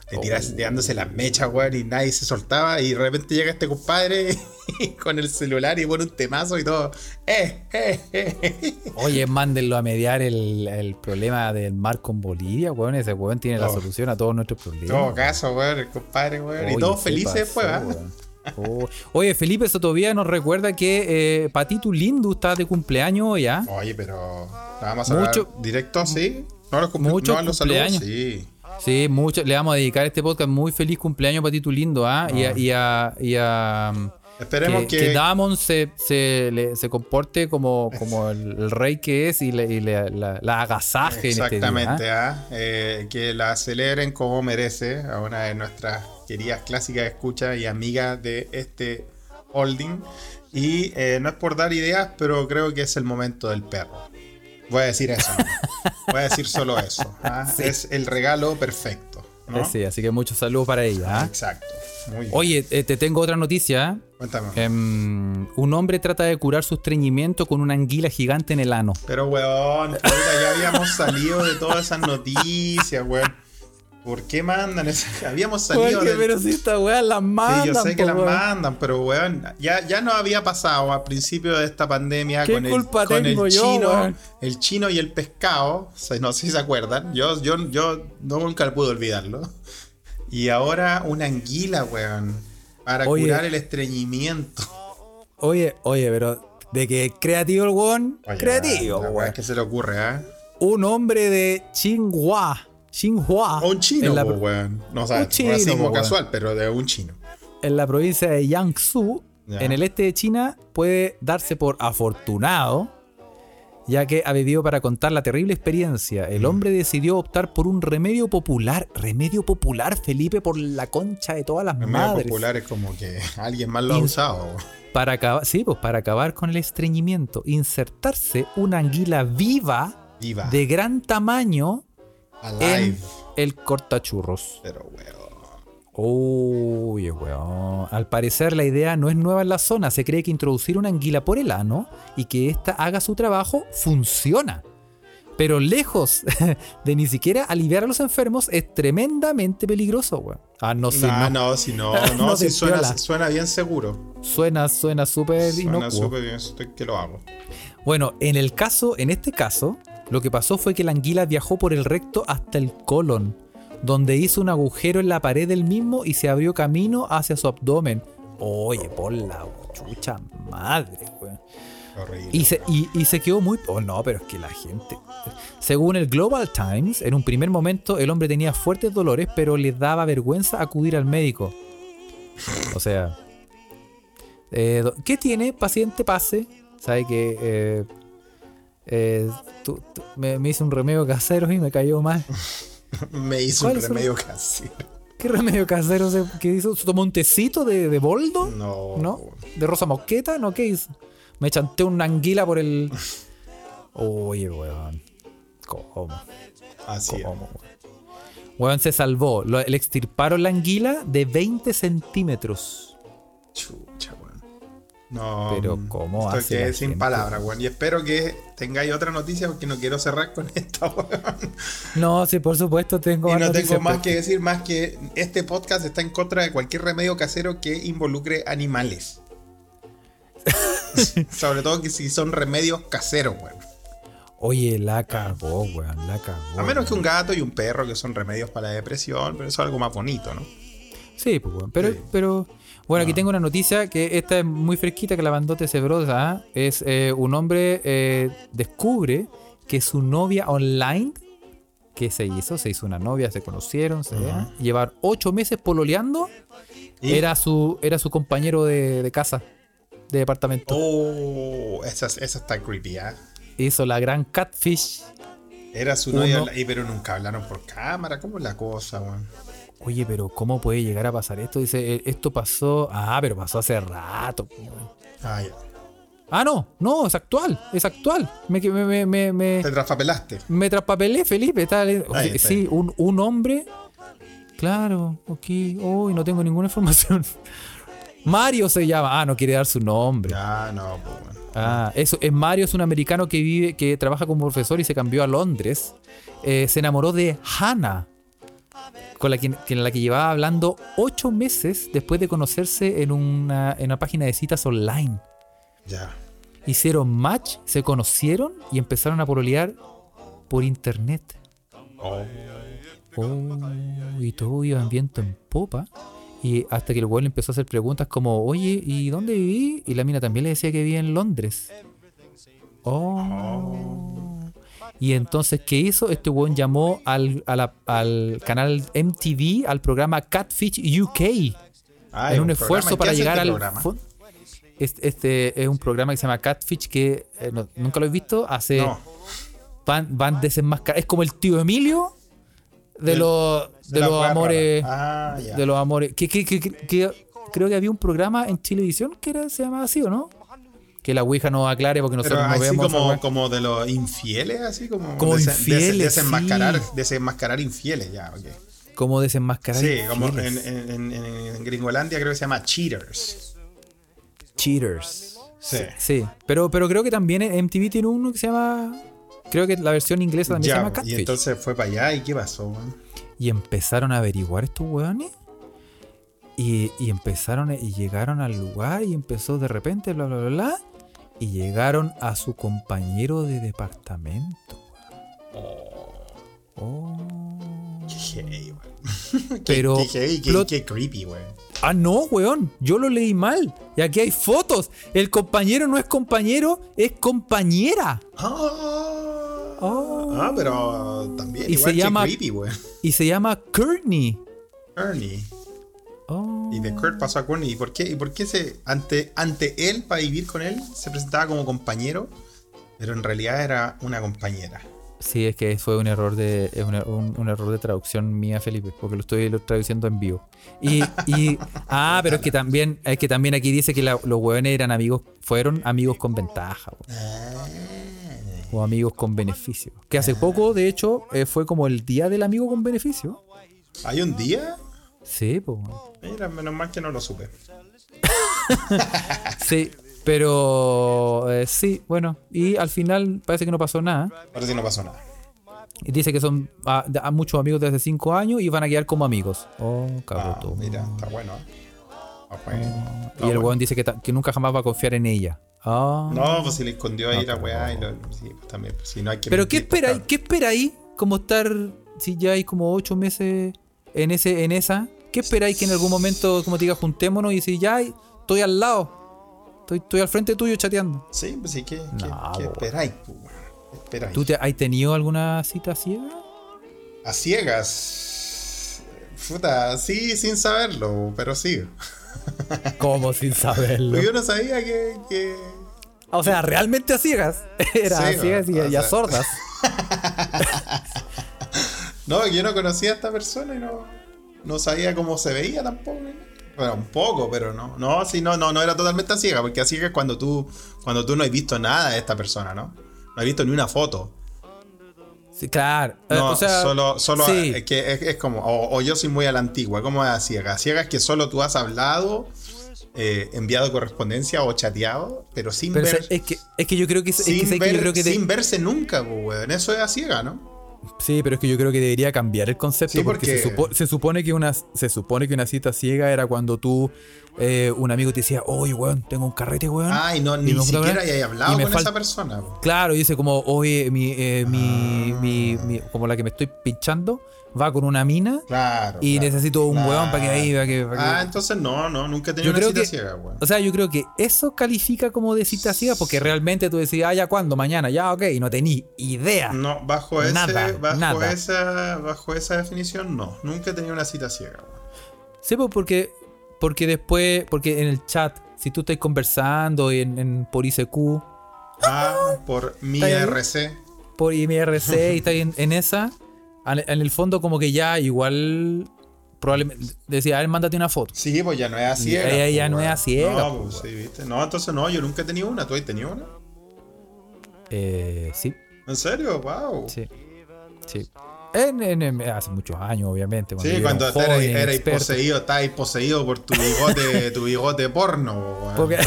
De tiras, Oh. tirándose las mechas, weón, y nadie se soltaba. Y de repente llega este compadre con el celular y pone un temazo y todo. ¡Eh, eh, eh! Oye, mándenlo a mediar el, el problema del mar con Bolivia, weón. Ese weón tiene la Oh. solución a todos nuestros En problemas. Todo caso, weón, el compadre, weón. Oye, y todos se felices pasó, después, ¿ah? ¿verdad? weón. Oh. Oye, Felipe Sotovía nos recuerda que eh, Patito Lindu está de cumpleaños hoy, ¿ah? Oye, pero. Vamos a hablar Mucho- directo, sí. No los, cumple, muchos no los saludos, cumpleaños. sí. Sí, mucho, le vamos a dedicar este podcast. Muy feliz cumpleaños, Patito Lindo, ¿ah? Y, a, y, a, y a- Ah. Esperemos que, que, que Damon se, se, le- se comporte como, como el, el rey que es y, le, y le- la, la agasaje. en este día, Exactamente, ¿ah? ¿ah? Eh, que la aceleren como merece a una de nuestras queridas clásicas escuchas y amigas de este holding. Y eh, no es por dar ideas, pero creo que es el momento del perro. Voy a decir eso. ¿no? Voy a decir solo eso. ¿ah? Sí. Es el regalo perfecto. ¿no? Eh, Sí, así que muchos saludos para ella. ¿ah? Exacto. Muy bien. Oye, eh, te tengo otra noticia. Cuéntame. Em, un hombre trata de curar su estreñimiento con una anguila gigante en el ano. Pero, weón, puta, ya habíamos salido de todas esas noticias, weón. ¿Por qué mandan esas? Habíamos salido de... si esta weá las manda. ¿eh? Sí, yo sé que las mandan, pero weón, ya, ya nos había pasado al principio de esta pandemia ¿Qué con el, culpa con el tengo yo, chino, weón? el chino y el pescado, se- no sé si se acuerdan, yo, yo, yo no nunca pude olvidarlo. Y ahora una anguila, weón, para Oye. curar el estreñimiento. Oye, oye, pero de que es creativo el weón, Oye, creativo, la weá weón. que se le ocurre, ¿eh? Un hombre de Chinghua, Chinghua, O un chino, Ah, en, la, po, weón. No, o sea, Un no chino, así como po, weón. casual, pero de un chino. en la provincia de Jiangsu, Ya. en el este de China, puede darse por afortunado, ya que ha vivido para contar la terrible experiencia. Mm. El hombre decidió optar por un remedio popular, remedio popular, Felipe, por la concha de todas las En medio madres. popular es como que alguien más lo ha Y- usado. weón. Para acabar, sí, pues para acabar con el estreñimiento, insertarse una anguila viva Viva. de gran tamaño alive. en el cortachurros. Pero, weón. Uy, weón. Al parecer la idea no es nueva en la zona. Se cree que introducir una anguila por el ano y que ésta haga su trabajo funciona. Pero lejos de ni siquiera aliviar a los enfermos es tremendamente peligroso, weón. Ah, no, sí, Nah, no. no, si no, no, No si te suena, piola. suena bien seguro. Suena, suena súper Suena inocuo. súper bien, estoy que lo hago. Bueno, en el caso, en este caso, lo que pasó fue que la anguila viajó por el recto hasta el colon, donde hizo un agujero en la pared del mismo y se abrió camino hacia su abdomen. Oye, por la chucha madre, weón. Horrible. Y se, y, y se quedó muy... Oh no, pero es que la gente... Según el Global Times, en un primer momento el hombre tenía fuertes dolores, pero le daba vergüenza acudir al médico. O sea... eh, do- ¿Qué tiene? Paciente pase. Sabe que... eh, eh, tú- tú- me, me hice un remedio casero y me cayó mal. Me hizo un ¿Cuáles son? remedio casi. ¿Qué remedio casero se, que hizo? ¿Se tomó un tecito de, de boldo? No. ¿No? Oh, ¿De Rosa Mosqueta? ¿No? ¿Qué hizo? Me chanté una anguila por el. Oye, weón. ¿Cómo? Así es. ¿Cómo, weón? Weón se salvó. Lo- le extirparon la anguila de 20 centímetros. Chucha, weón. No. mm, Pero, ¿cómo Estoy hace que la sin gente? palabras, weón. Y espero que tengáis otra noticia porque no quiero cerrar con esta, weón. No, sí, por supuesto, tengo. Y más no tengo noticias, más pero- que decir, más que este podcast está en contra de cualquier remedio casero que involucre animales. Sobre todo que si son remedios caseros, weón. Oye, la cagó, weón. La cagó. A menos que un weón. gato y un perro que son remedios para la depresión, pero eso es algo más bonito, ¿no? Sí, pues, weón. Pero, Sí. pero. Bueno, aquí No. tengo una noticia que esta es muy fresquita, que la mandó Tecebrosa. ¿ah? Es eh, un hombre eh, descubre que su novia online, que se hizo, se hizo una novia, se conocieron, se Ajá. llevar ocho meses pololeando, Y- era su era su compañero de, de casa, de departamento. Oh, esa, esa está creepy, ¿ah? Hizo la gran catfish. Era su Uno. novia, y pero nunca hablaron por cámara, ¿cómo es la cosa, weón? Oye, pero ¿cómo puede llegar a pasar esto? Dice, eh, esto pasó. Ah, pero pasó hace rato. pues, weón. Ah, ya. Ah, no, no, es actual, es actual. Me, que- me, me, me, me- Te traspapelaste. Me traspapelé, Felipe. Tal, eh, Ahí está. sí, un, un hombre. Claro, ok. Uy, no tengo ninguna información. Mario se llama. Ah, no quiere dar su nombre. Ah, no, pues, weón. Ah, eso. Es Mario es un americano que vive, que trabaja como profesor y se cambió a Londres. Eh, se enamoró de Hannah, con la que, con la que llevaba hablando ocho meses después de conocerse en una, en una página de citas online. Ya. Hicieron match, se conocieron y empezaron a pololear por internet. Oh, Oh, y todo iba en viento en popa. Y hasta que el weón le empezó a hacer preguntas como, oye, ¿y dónde viví? Y la mina también le decía que vivía en Londres. Oh. Y entonces, ¿qué hizo? Este weón llamó al, a la- al canal MTV, al programa Catfish UK, Ah, es en un programa. esfuerzo ¿En qué para hace llegar este al programa? fon- es- este es un programa que se llama Catfish que eh, no- nunca lo he visto. Hace No, van, van desenmascar- Es como el tío Emilio de Del- los de la los wea amores. rara. Ah, ya. De los amores. Que, que- que- que- que- creo que había un programa en Chilevisión que era, se llamaba así, ¿o no? Que la Ouija nos aclare porque Pero nosotros no así vemos. esa como, wea. como de los infieles, así como, Como desen- desen- infieles, desenmascarar, sí. desenmascarar infieles, ya, ok. como desenmascarar. Sí, como en, infieles. en- en- en Gringolandia creo que se llama Cheaters. Cheaters. Sí. Sí, pero, pero creo que también en MTV tiene uno que se llama. Creo que la versión inglesa también se Ya, llama y Catfish. Y, entonces fue para allá y qué pasó, weón? empezaron a averiguar estos hueones. Y, y empezaron y llegaron al lugar y empezó de repente, bla, bla, bla, bla. Y llegaron a su compañero de departamento. Oh. Qué heavy, weón. Qué- Pero qué, heavy, qué, plot- qué creepy, weón. Ah, no, weón. Yo lo leí mal. Y aquí hay fotos. El compañero no es compañero, es compañera. Ah, Oh. ah, pero también Y igual se qué llama- creepy, weón. Y se llama Courtney. Ernie. Oh. Y de Kurt pasó a Courtney. ¿Y por qué, y por qué se, ante, ante él, para vivir con él, se presentaba como compañero? Pero en realidad era una compañera. Sí, es que fue un error de es una- un, un error de traducción mía, Felipe, porque lo estoy lo- traduciendo en vivo. Y, y- ah, pero es que también es que también aquí dice que la- los hueones eran amigos, fueron amigos con ventaja po, Ah. o amigos con beneficio. Que hace poco, de hecho, eh, fue como el día del amigo con beneficio. ¿Hay un día? Sí, pues. Mira, menos mal que no lo supe. Sí, pero eh, sí, bueno, y al final parece que no pasó nada. Parece que no pasó nada. Y dice que son ah, de- a muchos amigos desde 5 años y van a quedar como amigos. Oh, cabrón. Ah, tú. mira, está bueno. ¿eh? Está bueno. Oh, y el weón dice que, ta- que nunca jamás va a confiar en ella. Ah. No, pues si le escondió ahí la weá y lo. Sí, pues también. pues, si no hay que Pero ¿qué mentir, pues, espera, ahí? cabrón. ¿qué espera ahí? Como estar, si ya hay como 8 meses en ese en esa. ¿Qué espera ahí que en algún momento, como te diga, juntémonos y si ya hay- estoy al lado? Estoy, estoy al frente tuyo chateando. Sí, pues sí, ¿qué, qué- No, qué po, esperáis? pues, weón? ¿Qué esperáis? ¿Tú te, has tenido alguna cita ciega? A ciegas. Puta, sí, sin saberlo, pero sí. Como sin saberlo. Porque yo no sabía que. que... O sea, realmente a ciegas. Era Sí, a ciegas y, o y a sea- sordas. No, que yo no conocía a esta persona y no, no sabía cómo se veía tampoco. ¿no? Bueno, un poco, pero no. No, sí, no, no, no era totalmente a ciega, porque a ciega es cuando tú, cuando tú no has visto nada de esta persona, ¿no? No has visto ni una foto. Sí, claro. Eh, No, o sea, solo, solo sí. es que es, es como, o, o yo soy muy a la antigua, ¿cómo es a ciega? A ciega es que solo tú has hablado, eh, enviado correspondencia o chateado, pero sin Pero ver. es- es que, es que yo creo que, es, es que sin, sé que ver- yo creo que de- sin verse nunca, pues, weón. Eso es a ciega, ¿no? Sí, pero es que yo creo que debería cambiar el concepto Sí, porque, se, porque- supo- se supone que una, se supone que una cita ciega era cuando tú, eh, un amigo te decía, oye, weón, tengo un carrete, weón. Ay, no, Ah, Y ni me- siquiera hayas y hablado me con fal- esa persona. pues. po. Claro, y dice como, oye, mi, eh, mi, Ah. mi- mi- como la que me estoy pinchando, va con una mina Claro. y claro, necesito un claro. weón para que ahí, para que... para que- Ah, entonces no, no, nunca he tenido Yo una creo cita que- ciega, weón. O sea, yo creo que eso califica como de cita ciega porque realmente tú decías, ah, ya cuándo, mañana, ya, ok, y no tení idea. No, bajo ese, nada, bajo nada. esa, bajo esa definición, no. Nunca he tenido una cita ciega, weón. Sí, pues, porque, porque después, porque en el chat, si tú estás conversando en, en- por ICQ, Ah, por mi ¿Está ahí? RC. por IMRC y estás en, en esa, al- en el fondo como que ya igual probablemente decía, a ver, mándate una foto. Sí, pues ya no es a Y ciegas. ella pues, ya no weón. es a ciegas, No, pues, pues, sí, viste. No, entonces no, yo nunca he tenido una. ¿Tú has tenido una? Eh, sí, ¿En serio? ¡Wow! Sí, sí, sí. En- en- en- hace muchos años, obviamente. Cuando yo era cuando un te eras joven, eras inexperto. poseído, estabas poseído por tu bigote, tu bigote porno, weón. Porque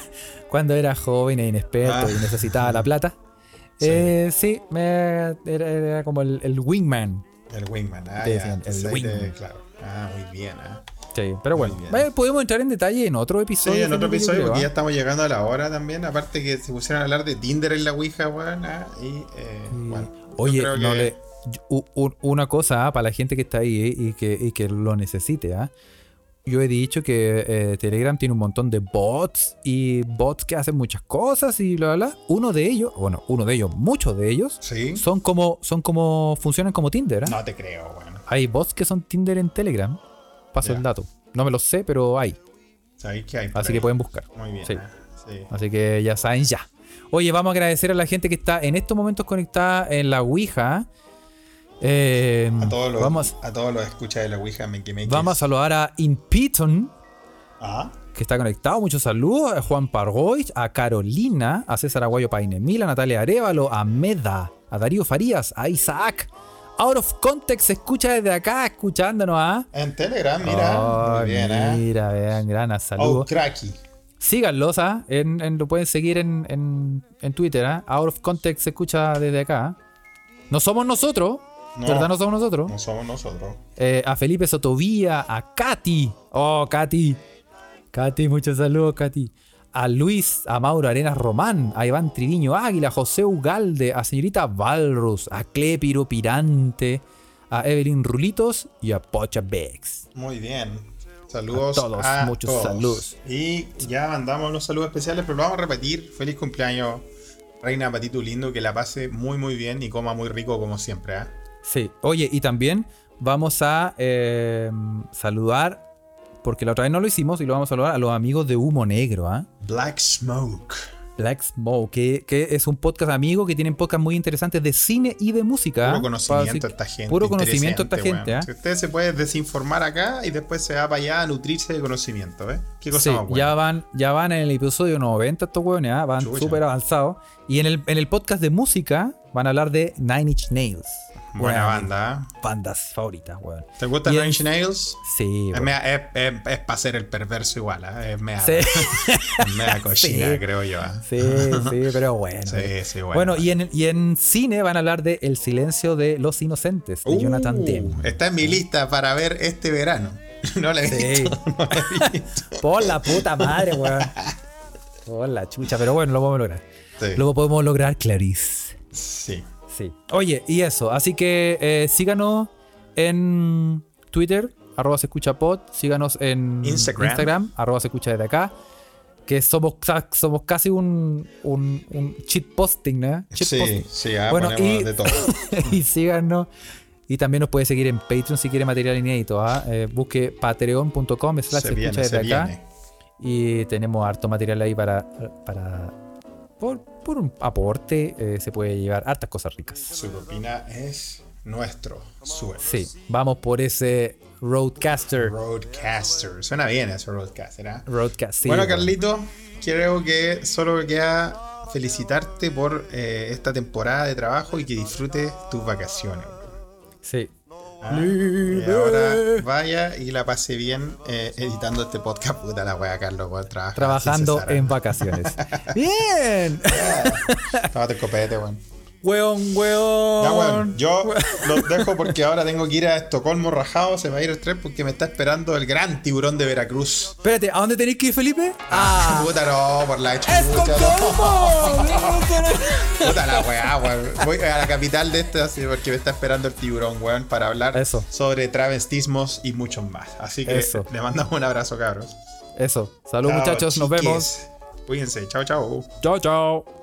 cuando era joven e inexperto Ah. y necesitaba la plata. Sí. Eh, sí, me- era, era como el- el wingman. El Wingman, ah, Te ya, decían, entonces el ahí te- Wingman. claro. Ah, muy bien, ah. Sí, pero bueno, bien. vaya, podemos entrar en detalle en otro Sí, episodio. en otro Felipe, yo episodio, creo, porque ya ¿ah? estamos llegando a la hora también. Aparte que se pusieron a hablar de Tinder en la Ouija, weón. ah, y, eh, bueno, yo Oye, creo no que- le- yo- u- u- una cosa ah, para la gente que está ahí eh, y, que, y que lo necesite. ah. Yo he dicho que eh, Telegram tiene un montón de bots y bots que hacen muchas cosas y bla, bla, bla. Uno de ellos, bueno, uno de ellos, muchos de ellos, Sí. son como, son como, funcionan como Tinder. ah. No te creo, weón. Hay bots que son Tinder en Telegram. Paso Ya. el dato. No me lo sé, pero hay. Sabéis que hay. por Así ahí. que pueden buscar. Muy bien. ah, Sí. sí. Así que ya saben ya. Oye, vamos a agradecer a la gente que está en estos momentos conectada en la Ouija. Eh, A todos los, vamos, a todos los escuchas de la Ouija Menki Menki. vamos a saludar a Impiton, Ah, que está conectado. Muchos saludos. A Juan Pargois, a Carolina, a César Aguayo Painemil, a Natalia Arevalo, a Meda, a Darío Farías, a Isaac. Out of context, se escucha desde acá, escuchándonos, ¿ah? en Telegram, mira. Ay, Muy bien, ¿eh? Mira, vean, granas, Oh, saludos. cracky. Síganlos, ¿ah? En, en- lo pueden seguir en, en- en Twitter, ¿ah? Out of Context se escucha desde acá. ¿ah? No somos nosotros, No. ¿verdad? No somos nosotros. No somos nosotros. Eh, a Felipe Sotovía, a Katy. Oh, Katy. Katy, muchos saludos, Katy. A Luis, a Mauro Arenas Román, a Iván Triviño Águila, a José Ugalde, a señorita Valrus, a Clepiro Pirante, a Evelyn Rulitos y a Pocha Bex. Muy bien. Saludos A todos, a muchos todos. saludos. Y ya mandamos los saludos especiales, pero lo vamos a repetir. Feliz cumpleaños, Reina Patito Lindo, que la pase muy muy bien y coma muy rico como siempre. ¿ah? Sí, oye, y también vamos a eh, saludar, porque la otra vez no lo hicimos, y lo vamos a saludar a los amigos de Humo Negro, ¿ah? Black Smoke. Black Smoke, que, que es un podcast amigo que tienen podcast muy interesantes de cine y de música. ¿ah? Puro Para decir- conocimiento esta gente. Puro conocimiento esta interesante, gente, weón. ¿ah? Si usted se puede desinformar acá y después se va para allá a nutrirse de conocimiento, ¿eh? Qué cosa Sí, más buena. ya van, ya van en el episodio 90 estos hueones, ¿ah? van Chucha. súper avanzados. Y en el, en el podcast de música van a hablar de Nine Inch Nails. Buena Una de mis banda. ¿ah? Bandas favoritas, weón. ¿Te gustan Y en- Nine Inch Nails? Sí, Es, weón. mea- es, para ser el perverso igual, ¿ah? es mea, Sí. es mea cochina, Sí. creo yo. ¿ah? Sí, sí, pero bueno. Sí, sí, bueno. Bueno, y en, y en cine van a hablar de El silencio de los inocentes, de Uh, Jonathan Demme. Está en mi lista para ver este verano. No la he Sí. visto. no la he visto. Por la puta madre, weón. Por la chucha, pero bueno, lo podemos lograr. Sí, Lo podemos lograr, Clarice. sí. Sí. Oye, y eso, así que eh, síganos en Twitter, arroba se escucha pod, síganos en Instagram. arroba se escucha desde acá, que somos, ca- somos casi un, un, un cheat posting, ¿no? Cheat Sí, posting. sí, ah, Bueno, ponemos y- de todo. y síganos. Y también nos puede seguir en Patreon si quiere material inédito. ¿ah? Eh, busque patreon.com slash Se se viene, escucha se desde acá. viene. Y tenemos harto material ahí para... para por, por un aporte eh, se puede llevar hartas cosas ricas. Su propina es nuestro sueldo. Sí, vamos por ese roadcaster. Roadcaster. Suena bien eso, Roadcaster. ¿ah? Roadcast, sí, bueno, bueno. Carlito, creo que solo me queda felicitarte por eh, esta temporada de trabajo y que disfrutes tus vacaciones. Sí. Ah, Y ahora vaya y la pase bien eh, editando este podcast. Puta la wea, Carlos, weón, trabaja Trabajando sin cesar, en ¿no? vacaciones. ¡Bien! Tómate el copete, weón. ¡Weón, Oh, weón! Ya, weón, yo los dejo porque ahora tengo que ir a Estocolmo rajado. Se me va a ir el tren porque me está esperando el gran tiburón de Veracruz. Espérate, ¿a dónde tenéis que ir, Felipe? ¡Ah! Puta, no, por la chucha. ¡Es con no. Colmo! Puta la weá, weón. Voy a la capital de esta sí, porque me está esperando el tiburón, weón, para hablar Eso. sobre travestismos y mucho más. Así que Eso. le mandamos un abrazo, cabros. Eso. Salud, muchachos. Nos vemos. Cuídense. Chao, chao. Chao, chao.